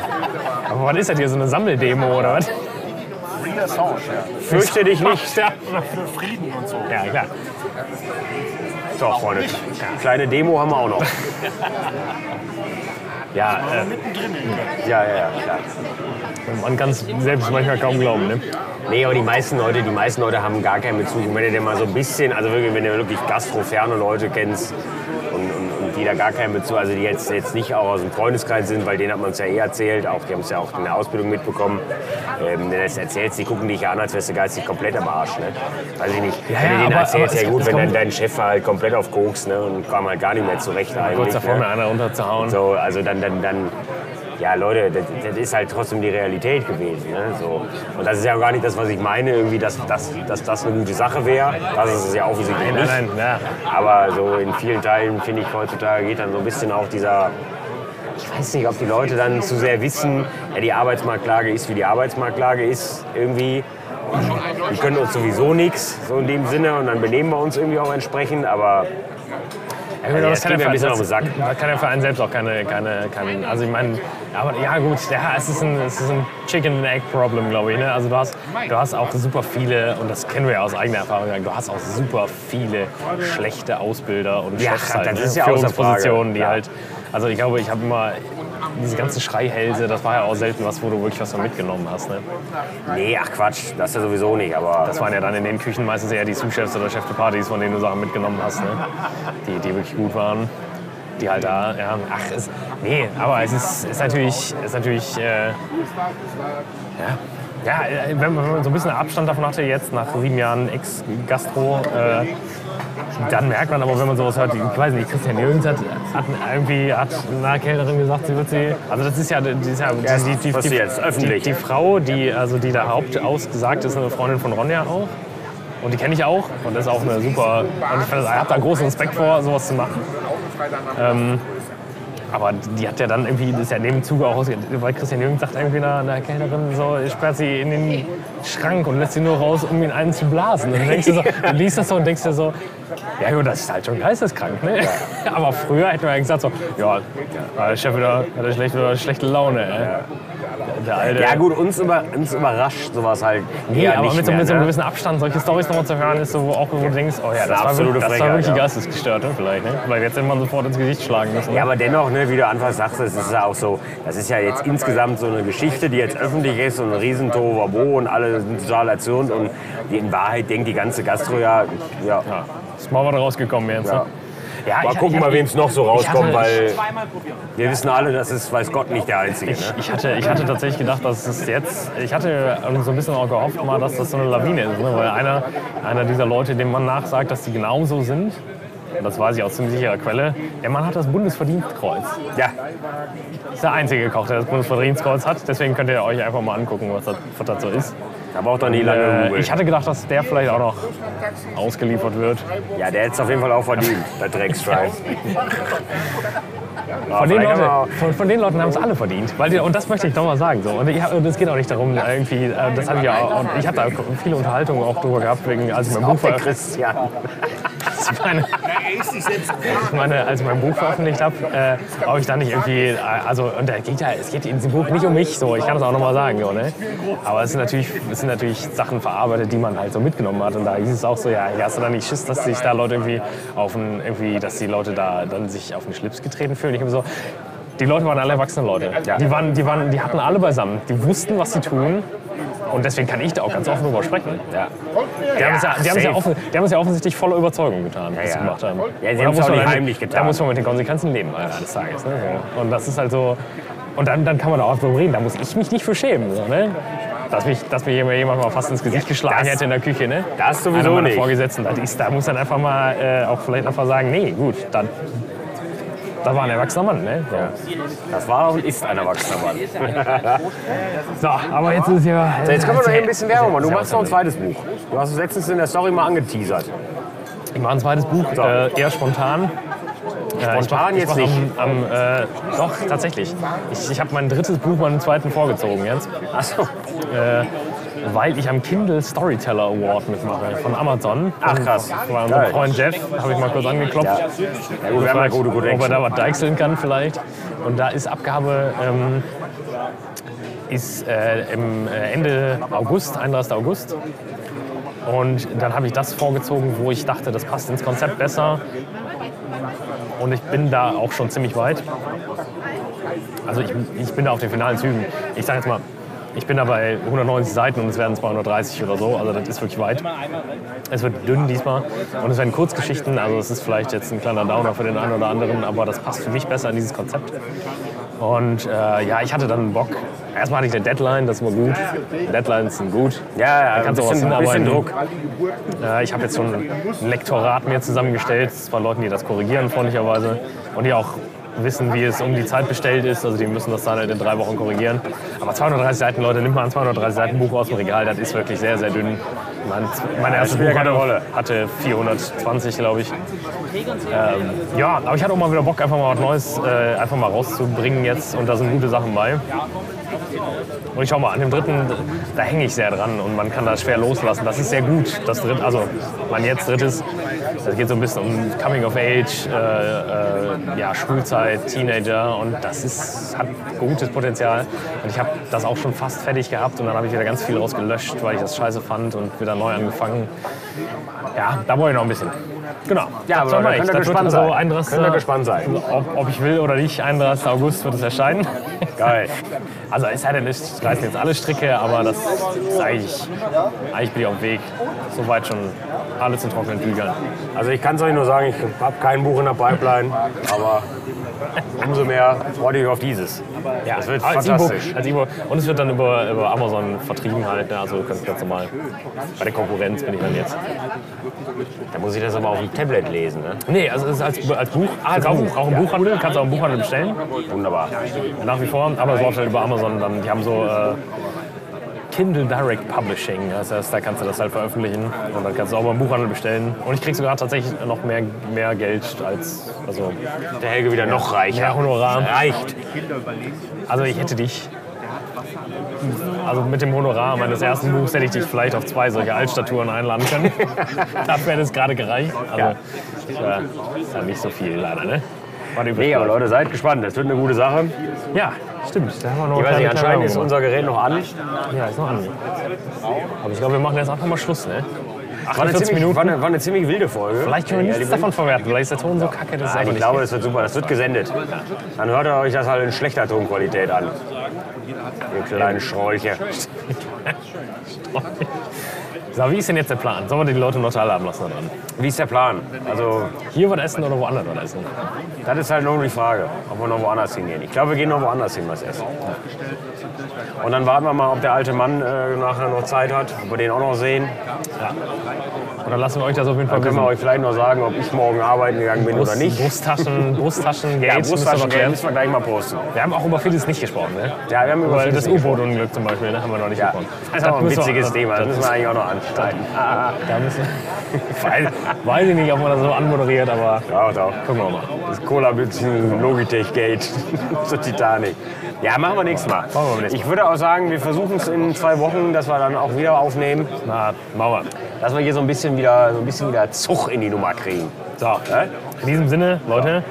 [SPEAKER 1] Aber was ist das hier? So eine Sammeldemo oder was?
[SPEAKER 4] Free Assange, ja.
[SPEAKER 2] fürchte dich nicht.
[SPEAKER 1] Ja,
[SPEAKER 4] Für Frieden und so.
[SPEAKER 1] ja klar.
[SPEAKER 2] So, Freunde, kleine Demo haben wir auch noch.
[SPEAKER 1] Ja, äh,
[SPEAKER 4] Mittendrin in Köln.
[SPEAKER 2] Ja, ja, ja, klar.
[SPEAKER 1] man kann es selbst manchmal kaum glauben. Ne?
[SPEAKER 2] Nee, aber die meisten Leute, die meisten Leute haben gar keinen Bezug. Und wenn du dir mal so ein bisschen, also wirklich, wenn du wirklich gastroferne Leute kennst und, und, und die da gar keinen Bezug, also die jetzt, jetzt nicht auch aus dem Freundeskreis sind, weil denen hat man es ja eh erzählt, auch die haben es ja auch in der Ausbildung mitbekommen. Ähm, wenn du das erzählst, die gucken dich ja an, als wärst du geistig komplett am Arsch, ne? Weiß ich nicht.
[SPEAKER 1] Ja,
[SPEAKER 2] wenn du
[SPEAKER 1] ja,
[SPEAKER 2] denen
[SPEAKER 1] aber-
[SPEAKER 2] erzählst,
[SPEAKER 1] aber
[SPEAKER 2] ja
[SPEAKER 1] es-
[SPEAKER 2] gut,
[SPEAKER 1] es
[SPEAKER 2] wenn dein,
[SPEAKER 1] kommt-
[SPEAKER 2] dein Chef war halt komplett auf Koks, ne? Und kam halt gar nicht mehr zurecht eigentlich.
[SPEAKER 1] Kurz davor,
[SPEAKER 2] ne?
[SPEAKER 1] mir einer runterzuhauen.
[SPEAKER 2] So, also dann, dann, dann, ja Leute, das, das ist halt trotzdem die Realität gewesen. Ne? So. Und das ist ja gar nicht das, was ich meine, irgendwie, dass, dass, dass das eine gute Sache wäre. Also Das ist es ja offensichtlich
[SPEAKER 1] Nein, nein,
[SPEAKER 2] nicht.
[SPEAKER 1] ja.
[SPEAKER 2] Aber so in vielen Teilen, finde ich, heutzutage geht dann so ein bisschen auch dieser, ich weiß nicht, ob die Leute dann zu sehr wissen, ja, die Arbeitsmarktlage ist, wie die Arbeitsmarktlage ist, irgendwie. Wir können uns sowieso nichts, so in dem Sinne, und dann benehmen wir uns irgendwie auch entsprechend, aber
[SPEAKER 1] Ja, das kann der
[SPEAKER 2] Ja, das geht mir ein
[SPEAKER 1] Verein
[SPEAKER 2] bisschen
[SPEAKER 1] selbst-
[SPEAKER 2] auf den
[SPEAKER 1] Da kann der Verein selbst auch keine, keine, keine also ich meine, aber ja gut, ja, es ist ein, es ist ein Chicken and Egg Problem, glaube ich. Ne? Also du hast, du hast auch super viele und das kennen wir ja aus eigener Erfahrung. Du hast auch super viele schlechte Ausbilder und
[SPEAKER 2] Ja,
[SPEAKER 1] Chefs halt,
[SPEAKER 2] das
[SPEAKER 1] ne?
[SPEAKER 2] ist ja außer Frage,
[SPEAKER 1] Führungspositionen, die
[SPEAKER 2] ja.
[SPEAKER 1] halt. Also ich glaube, ich habe immer diese ganzen Schreihälse, das war ja auch selten was, wo du wirklich was von mitgenommen hast. Ne?
[SPEAKER 2] nee, ach Quatsch, das ja sowieso nicht, aber
[SPEAKER 1] Das waren ja dann in den Küchen meistens eher die Sous-Chefs oder Chef de Partys, von denen du Sachen mitgenommen hast, ne? die, die wirklich gut waren. Die halt da, ja, ach, es, nee, aber es ist, ist natürlich, ist natürlich, äh, ja, ja, äh, wenn man, wenn man so ein bisschen Abstand davon hatte, jetzt nach sieben Jahren Ex-Gastro, äh, dann merkt man aber, wenn man sowas hört, ich weiß nicht, Christian Jürgens hat, hat irgendwie, hat eine Kellnerin gesagt, sie wird sie, also das ist ja, das ist ja,
[SPEAKER 2] Ja,
[SPEAKER 1] die, die,
[SPEAKER 2] was
[SPEAKER 1] die,
[SPEAKER 2] sie jetzt öffentlich.
[SPEAKER 1] Die, die Frau, die, also die da hauptausgesagt ist, eine Freundin von Ronja auch. Und die kenne ich auch. Und das ist auch eine super. Und ich, find das- ich habe da großen Respekt vor, sowas zu machen. Ähm, aber die hat ja dann irgendwie, das ist ja in dem Zuge auch ausge- weil Christian Jürgens sagt irgendwie einer, einer Kellnerin so, ich sperrt sie in den Schrank und lässt sie nur raus, um ihn einen zu blasen. Und dann denkst du
[SPEAKER 2] (laughs)
[SPEAKER 1] so, du liest das so und denkst dir so, ja gut, das ist halt schon geisteskrank, ne? (laughs) Aber früher hätten wir ja gesagt so, ja, der Chef wieder, hat er schlecht, wieder schlechte Laune, ey. Der alte-
[SPEAKER 2] Ja gut, uns, über, uns überrascht sowas halt
[SPEAKER 1] Nee,
[SPEAKER 2] eher
[SPEAKER 1] aber
[SPEAKER 2] nicht
[SPEAKER 1] mit, so,
[SPEAKER 2] mehr,
[SPEAKER 1] mit so einem
[SPEAKER 2] ne?
[SPEAKER 1] gewissen Abstand solche Storys nochmal zu hören, ist so wo auch, wo du denkst, oh ja,
[SPEAKER 2] Das ist
[SPEAKER 1] das, war, wirklich-
[SPEAKER 2] absolute
[SPEAKER 1] das war
[SPEAKER 2] Frechheit,
[SPEAKER 1] wirklich
[SPEAKER 2] ja.
[SPEAKER 1] geistesgestört, ne? vielleicht, ne? Weil jetzt hätte man sofort ins Gesicht schlagen müssen.
[SPEAKER 2] Ja, aber dennoch, ne, wie du anfangs sagst, es ist ja auch so, das ist ja jetzt insgesamt so eine Geschichte, die jetzt öffentlich ist und ein riesen Tohuwabo und alle sind total erzürnt und die, in Wahrheit denkt die ganze Gastro ja, ja,
[SPEAKER 1] Ist mal was rausgekommen jetzt.
[SPEAKER 2] ja.
[SPEAKER 1] Ne? Ja,
[SPEAKER 2] Mal
[SPEAKER 1] ich-
[SPEAKER 2] gucken,
[SPEAKER 1] ich-
[SPEAKER 2] mal wem es noch so
[SPEAKER 1] ich hatte-
[SPEAKER 2] rauskommt, weil wir wissen alle, das ist, weiß Gott, nicht der Einzige. Ne?
[SPEAKER 1] Ich hatte, ich hatte tatsächlich gedacht, dass es jetzt, ich hatte ähm, so ein bisschen auch gehofft, mal, dass das so eine Lawine ist, ne? weil einer, einer dieser Leute, dem man nachsagt, dass die genauso sind, und das weiß ich aus ziemlich sicherer Quelle, der Mann hat das Bundesverdienstkreuz.
[SPEAKER 2] Ja,
[SPEAKER 1] Ist der einzige Koch, der das Bundesverdienstkreuz hat, deswegen könnt ihr euch einfach mal angucken, was das, was das so ist.
[SPEAKER 2] da braucht doch nie lange
[SPEAKER 1] Äh,
[SPEAKER 2] Google.
[SPEAKER 1] ich hatte gedacht, dass der vielleicht auch noch ausgeliefert wird.
[SPEAKER 2] Ja, der hätte es auf jeden Fall auch verdient,
[SPEAKER 1] (laughs)
[SPEAKER 2] der Dreckstreif.
[SPEAKER 1] Von den, Leuten, von, von den Leuten haben es alle verdient. Weil die, und das möchte ich nochmal sagen. So. Und ich hab- und es geht auch nicht darum, irgendwie, äh, das habe ich ja auch, und ich habe da viele Unterhaltungen auch drüber gehabt, wegen, als ich mein Buch
[SPEAKER 2] Auch der
[SPEAKER 1] veröffentlicht
[SPEAKER 2] Christian.
[SPEAKER 1] ich meine, ich meine, als ich mein Buch veröffentlicht habe, äh, ob ich da nicht irgendwie, äh, also und da geht ja, es geht in diesem Buch nicht um mich, so ich kann das auch nochmal sagen, so, ne? Aber es sind natürlich, es sind natürlich Sachen verarbeitet, die man halt so mitgenommen hat und da hieß es auch so, ja, hast du da nicht Schiss, dass sich da Leute irgendwie auf den, irgendwie, dass die Leute da dann sich auf den Schlips getreten fühlen? Ich habe so die Leute waren alle erwachsene Leute. Die, waren, die, waren, die hatten alle beisammen. Die wussten, was sie tun. Und deswegen kann ich da auch ganz offen drüber sprechen. Ja. Die haben es ja, die haben es ja,
[SPEAKER 2] safe.
[SPEAKER 1] offen, die haben es ja offensichtlich voller Überzeugung getan, was sie
[SPEAKER 2] ja.
[SPEAKER 1] gemacht haben.
[SPEAKER 2] Ja, sie
[SPEAKER 1] Und da
[SPEAKER 2] haben es
[SPEAKER 1] muss
[SPEAKER 2] auch
[SPEAKER 1] man
[SPEAKER 2] nicht
[SPEAKER 1] dann-
[SPEAKER 2] heimlich getan.
[SPEAKER 1] Da muss man mit den Konsequenzen leben äh, eines Tages. Ne? So. Und das ist halt so. Und dann, dann kann man da auch drüber reden. Da muss ich mich nicht für schämen. So, ne? Dass mich, dass mir jemand- jemand mal fast ins Gesicht geschlagen
[SPEAKER 2] das-
[SPEAKER 1] hätte in der Küche. Ne?
[SPEAKER 2] das sowieso
[SPEAKER 1] Einer meiner
[SPEAKER 2] nicht.
[SPEAKER 1] Vorgesetzten. Das ist, da muss dann einfach mal äh, auch vielleicht einfach sagen, nee, gut, dann, da war ein erwachsener Mann. Ne? So.
[SPEAKER 2] Das war und ist ein erwachsener Mann. So,
[SPEAKER 1] So, aber jetzt ist ja.
[SPEAKER 2] jetzt können wir noch eben ein bisschen Werbung machen. Du machst noch ein
[SPEAKER 1] zwei.
[SPEAKER 2] zweites Buch. Du hast es letztens in der Story mal angeteasert.
[SPEAKER 1] Ich mache ein zweites Buch,
[SPEAKER 2] So.
[SPEAKER 1] äh, eher spontan. Äh, ich
[SPEAKER 2] Spontan
[SPEAKER 1] ich
[SPEAKER 2] jetzt nicht.
[SPEAKER 1] Am, am, äh, doch, tatsächlich. Ich, ich habe mein drittes Buch meinem zweiten vorgezogen jetzt,
[SPEAKER 2] Achso.
[SPEAKER 1] weil ich am Kindle Storyteller Award mitmache von Amazon.
[SPEAKER 2] Ach,
[SPEAKER 1] Von-
[SPEAKER 2] krass.
[SPEAKER 1] Von unserem
[SPEAKER 2] Geil.
[SPEAKER 1] Freund Jeff, habe ich mal kurz angeklopft.
[SPEAKER 2] Ja. Ja, gut, wir haben eine gute
[SPEAKER 1] ob er
[SPEAKER 2] Connection.
[SPEAKER 1] da was deichseln kann vielleicht. Und da ist Abgabe ähm, ist äh, im äh, Ende August, 31. August. Und dann habe ich das vorgezogen, wo ich dachte, das passt ins Konzept besser. Und ich bin da auch schon ziemlich weit. Also ich, ich bin da auf den finalen Zügen. Ich sage jetzt mal, ich bin da bei 190 Seiten und es werden 230 oder so. Also das ist wirklich weit. Es wird dünn diesmal und es werden Kurzgeschichten, also es ist vielleicht jetzt ein kleiner Downer für den einen oder anderen, aber das passt für mich besser in dieses Konzept. Und äh, ja, ich hatte dann Bock. Erstmal hatte ich eine Deadline, das ist immer gut. Deadlines sind gut.
[SPEAKER 2] Ja, ja,
[SPEAKER 1] Da
[SPEAKER 2] ein
[SPEAKER 1] kannst du auch was
[SPEAKER 2] bisschen, ein bisschen
[SPEAKER 1] hinarbeiten.
[SPEAKER 2] Druck.
[SPEAKER 1] Äh, ich habe jetzt schon ein Lektorat mir zusammengestellt, zwar Leuten, die das korrigieren, freundlicherweise, und die auch wissen, wie es um die Zeit bestellt ist. Also die müssen das dann halt in drei Wochen korrigieren. Aber 230 Seiten, Leute, nimmt mal ein 230 Seiten Buch aus dem Regal, das ist wirklich sehr, sehr dünn. Mein, mein erstes
[SPEAKER 2] spielt
[SPEAKER 1] Buch
[SPEAKER 2] ja keine
[SPEAKER 1] hatte,
[SPEAKER 2] Rolle.
[SPEAKER 1] hatte 420, glaube ich. Ähm, ja, aber ich hatte auch mal wieder Bock, einfach mal was Neues äh, einfach mal rauszubringen jetzt. Und da sind gute Sachen bei. Und ich schau mal, an dem dritten, da hänge ich sehr dran und man kann das schwer loslassen. Das ist sehr gut. Das dritte, also mein jetzt drittes, das geht so ein bisschen um Coming of Age, äh, äh, ja, Schulzeit, Teenager und das ist, hat gutes Potenzial. Und ich habe das auch schon fast fertig gehabt und dann habe ich wieder ganz viel rausgelöscht, weil ich das scheiße fand und wieder neu angefangen. Ja, da brauche ich noch ein bisschen. Genau.
[SPEAKER 2] Ja,
[SPEAKER 1] Das
[SPEAKER 2] aber da
[SPEAKER 1] mach ich.
[SPEAKER 2] könnt ihr
[SPEAKER 1] Das wird
[SPEAKER 2] gespannt
[SPEAKER 1] also
[SPEAKER 2] sein.
[SPEAKER 1] 31.
[SPEAKER 2] Könnt ihr gespannt sein.
[SPEAKER 1] Ob, ob ich will oder nicht, 31. August wird es erscheinen. (laughs)
[SPEAKER 2] Geil.
[SPEAKER 1] Also es hat ja nicht, ich reißen jetzt alle Stricke, aber das ist eigentlich, eigentlich bin ich auf dem Weg. Soweit schon alles in trockenen Tüchern.
[SPEAKER 2] Also ich kann es euch nur sagen, ich habe kein Buch in der Pipeline, aber umso mehr freut ihr euch auf dieses.
[SPEAKER 1] Ja,
[SPEAKER 2] das wird
[SPEAKER 1] als
[SPEAKER 2] fantastisch.
[SPEAKER 1] E-Book- als E-Book. Und es wird dann über, über Amazon vertrieben halt, ne? also du kannst ganz normal. Bei der Konkurrenz bin ich dann jetzt.
[SPEAKER 2] Da muss ich das aber auf dem Tablet lesen. Ne?
[SPEAKER 1] Nee, also es ist als, als Buch, ah, als auch, auch im Buchhandel, kannst du auch im Buchhandel bestellen.
[SPEAKER 2] Wunderbar.
[SPEAKER 1] Nach wie vor, aber es läuft halt über Amazon dann. Die haben so äh, Kindle Direct Publishing. Das heißt, da kannst du das halt veröffentlichen und dann kannst du auch mal im Buchhandel bestellen. Und ich krieg sogar tatsächlich noch mehr, mehr Geld als. Also,
[SPEAKER 2] Der Helge wieder noch reicher.
[SPEAKER 1] Mehr Honorar.
[SPEAKER 2] Reicht.
[SPEAKER 1] also ich hätte dich. Also mit dem Honorar meines ersten Buchs hätte ich dich vielleicht auf zwei solche Altstatuen einladen
[SPEAKER 2] (laughs)
[SPEAKER 1] können. Dafür hätte es gerade gereicht. Also, ja. ist ja nicht so viel leider, ne? War die
[SPEAKER 2] Nee, aber Leute, seid gespannt. Das wird eine gute Sache.
[SPEAKER 1] Ja, stimmt. Da haben wir noch eine kleine
[SPEAKER 2] Ich weiß nicht,
[SPEAKER 1] Werbung
[SPEAKER 2] anscheinend ist
[SPEAKER 1] gemacht.
[SPEAKER 2] unser Gerät noch an.
[SPEAKER 1] Ja, ist noch an. Aber ich glaube, wir machen jetzt einfach mal Schluss, ne?
[SPEAKER 2] War eine,
[SPEAKER 1] 48
[SPEAKER 2] ziemlich,
[SPEAKER 1] Minuten.
[SPEAKER 2] war, eine, war eine ziemlich wilde Folge.
[SPEAKER 1] Vielleicht können wir
[SPEAKER 2] Ja,
[SPEAKER 1] nichts
[SPEAKER 2] die-
[SPEAKER 1] davon verwerten. Vielleicht ist der Ton so kacke, dass es
[SPEAKER 2] Nein,
[SPEAKER 1] einfach
[SPEAKER 2] ich
[SPEAKER 1] nicht
[SPEAKER 2] glaube, das wird super. Das wird gesendet. Dann hört ihr euch das halt in schlechter Tonqualität an. Ihr kleinen Schräuche.
[SPEAKER 1] So, wie ist denn jetzt der Plan? Sollen wir die Leute noch teilhaben lassen daran?
[SPEAKER 2] Wie ist der Plan? Also,
[SPEAKER 1] Hier was essen oder woanders was essen?
[SPEAKER 2] das ist halt nur die Frage, ob wir noch woanders hingehen. Ich glaube, wir gehen noch woanders hin, was essen. Und dann warten wir mal, ob der alte Mann äh, nachher noch Zeit hat, ob wir den auch noch sehen.
[SPEAKER 1] Oder lassen wir euch das auf jeden Fall
[SPEAKER 2] Dann können wir euch vielleicht noch sagen, ob ich morgen arbeiten gegangen bin oder
[SPEAKER 1] Brust,
[SPEAKER 2] nicht. (laughs)
[SPEAKER 1] Brusttaschen, Brusttaschen, Geld.
[SPEAKER 2] Ja,
[SPEAKER 1] müssen wir
[SPEAKER 2] Brusttaschengeld
[SPEAKER 1] klären.
[SPEAKER 2] müssen wir gleich mal posten.
[SPEAKER 1] Wir haben auch über vieles nicht gesprochen, ne?
[SPEAKER 2] Ja, wir haben über
[SPEAKER 1] Weil
[SPEAKER 2] vieles
[SPEAKER 1] das
[SPEAKER 2] nicht
[SPEAKER 1] U-Boot-Unglück zum Beispiel, ne, haben wir noch nicht
[SPEAKER 2] Ja,
[SPEAKER 1] gesprochen.
[SPEAKER 2] das ist auch ein
[SPEAKER 1] müssen wir- (laughs)
[SPEAKER 2] witziges Thema,
[SPEAKER 1] Das
[SPEAKER 2] das müssen ah, wir eigentlich auch noch anschneiden.
[SPEAKER 1] da müssen wir, (laughs) weiß, weiß ich nicht, ob man das so anmoderiert, aber
[SPEAKER 2] Ja, doch.
[SPEAKER 1] gucken wir mal.
[SPEAKER 2] Das Cola-Bützen, (laughs) Logitech-Gate, zur Titanic. Ja, machen wir nächstes Mal.
[SPEAKER 1] wir beim nächsten
[SPEAKER 2] Ich würde auch sagen, wir versuchen es in zwei Wochen, dass wir dann auch wieder aufnehmen.
[SPEAKER 1] Na, machen
[SPEAKER 2] Dass wir hier so ein bisschen wieder, so ein bisschen wieder Zug in die Nummer kriegen.
[SPEAKER 1] wir. So, in diesem Sinne, Leute,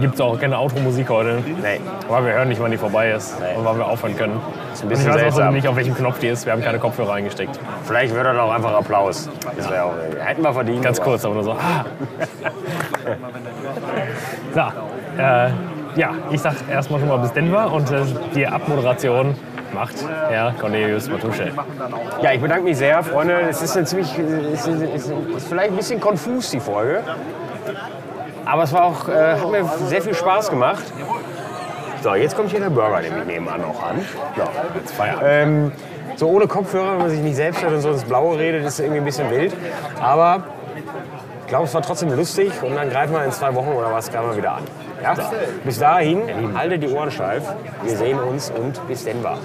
[SPEAKER 1] gibt es auch keine Outro-Musik heute.
[SPEAKER 2] Nee,
[SPEAKER 1] Weil wir hören nicht, wann die vorbei ist
[SPEAKER 2] Nee.
[SPEAKER 1] und wann wir aufhören können. Ist
[SPEAKER 2] ein bisschen
[SPEAKER 1] ich weiß
[SPEAKER 2] seltsam.
[SPEAKER 1] auch nicht, auf welchem Knopf die ist. Wir haben keine Kopfhörer eingesteckt.
[SPEAKER 2] vielleicht wird dann auch einfach Applaus. Das wäre auch, hätten wir verdient.
[SPEAKER 1] Ganz
[SPEAKER 2] aber-
[SPEAKER 1] kurz, aber nur so. (laughs) Ah. so äh, ja, ich sag erstmal schon mal bis Denver und äh, die Abmoderation macht Herr Cornelius Matusche.
[SPEAKER 2] Ja, ich bedanke mich sehr, Freunde. Es ist, eine ziemlich, es ist, es ist, es ist vielleicht ein bisschen konfus, die Folge. Aber es war auch, äh, hat mir sehr viel Spaß gemacht. So, jetzt kommt hier der Burger nämlich nebenan noch an. So, jetzt Feierabend. Ähm, so ohne Kopfhörer, wenn man sich nicht selbst hört und so ins Blaue redet, ist irgendwie ein bisschen wild. Aber ich glaube, es war trotzdem lustig und dann greifen wir in zwei Wochen oder was greifen wir wieder an. Ja? Bis dahin, haltet die Ohren steif. Wir sehen uns und bis Denver.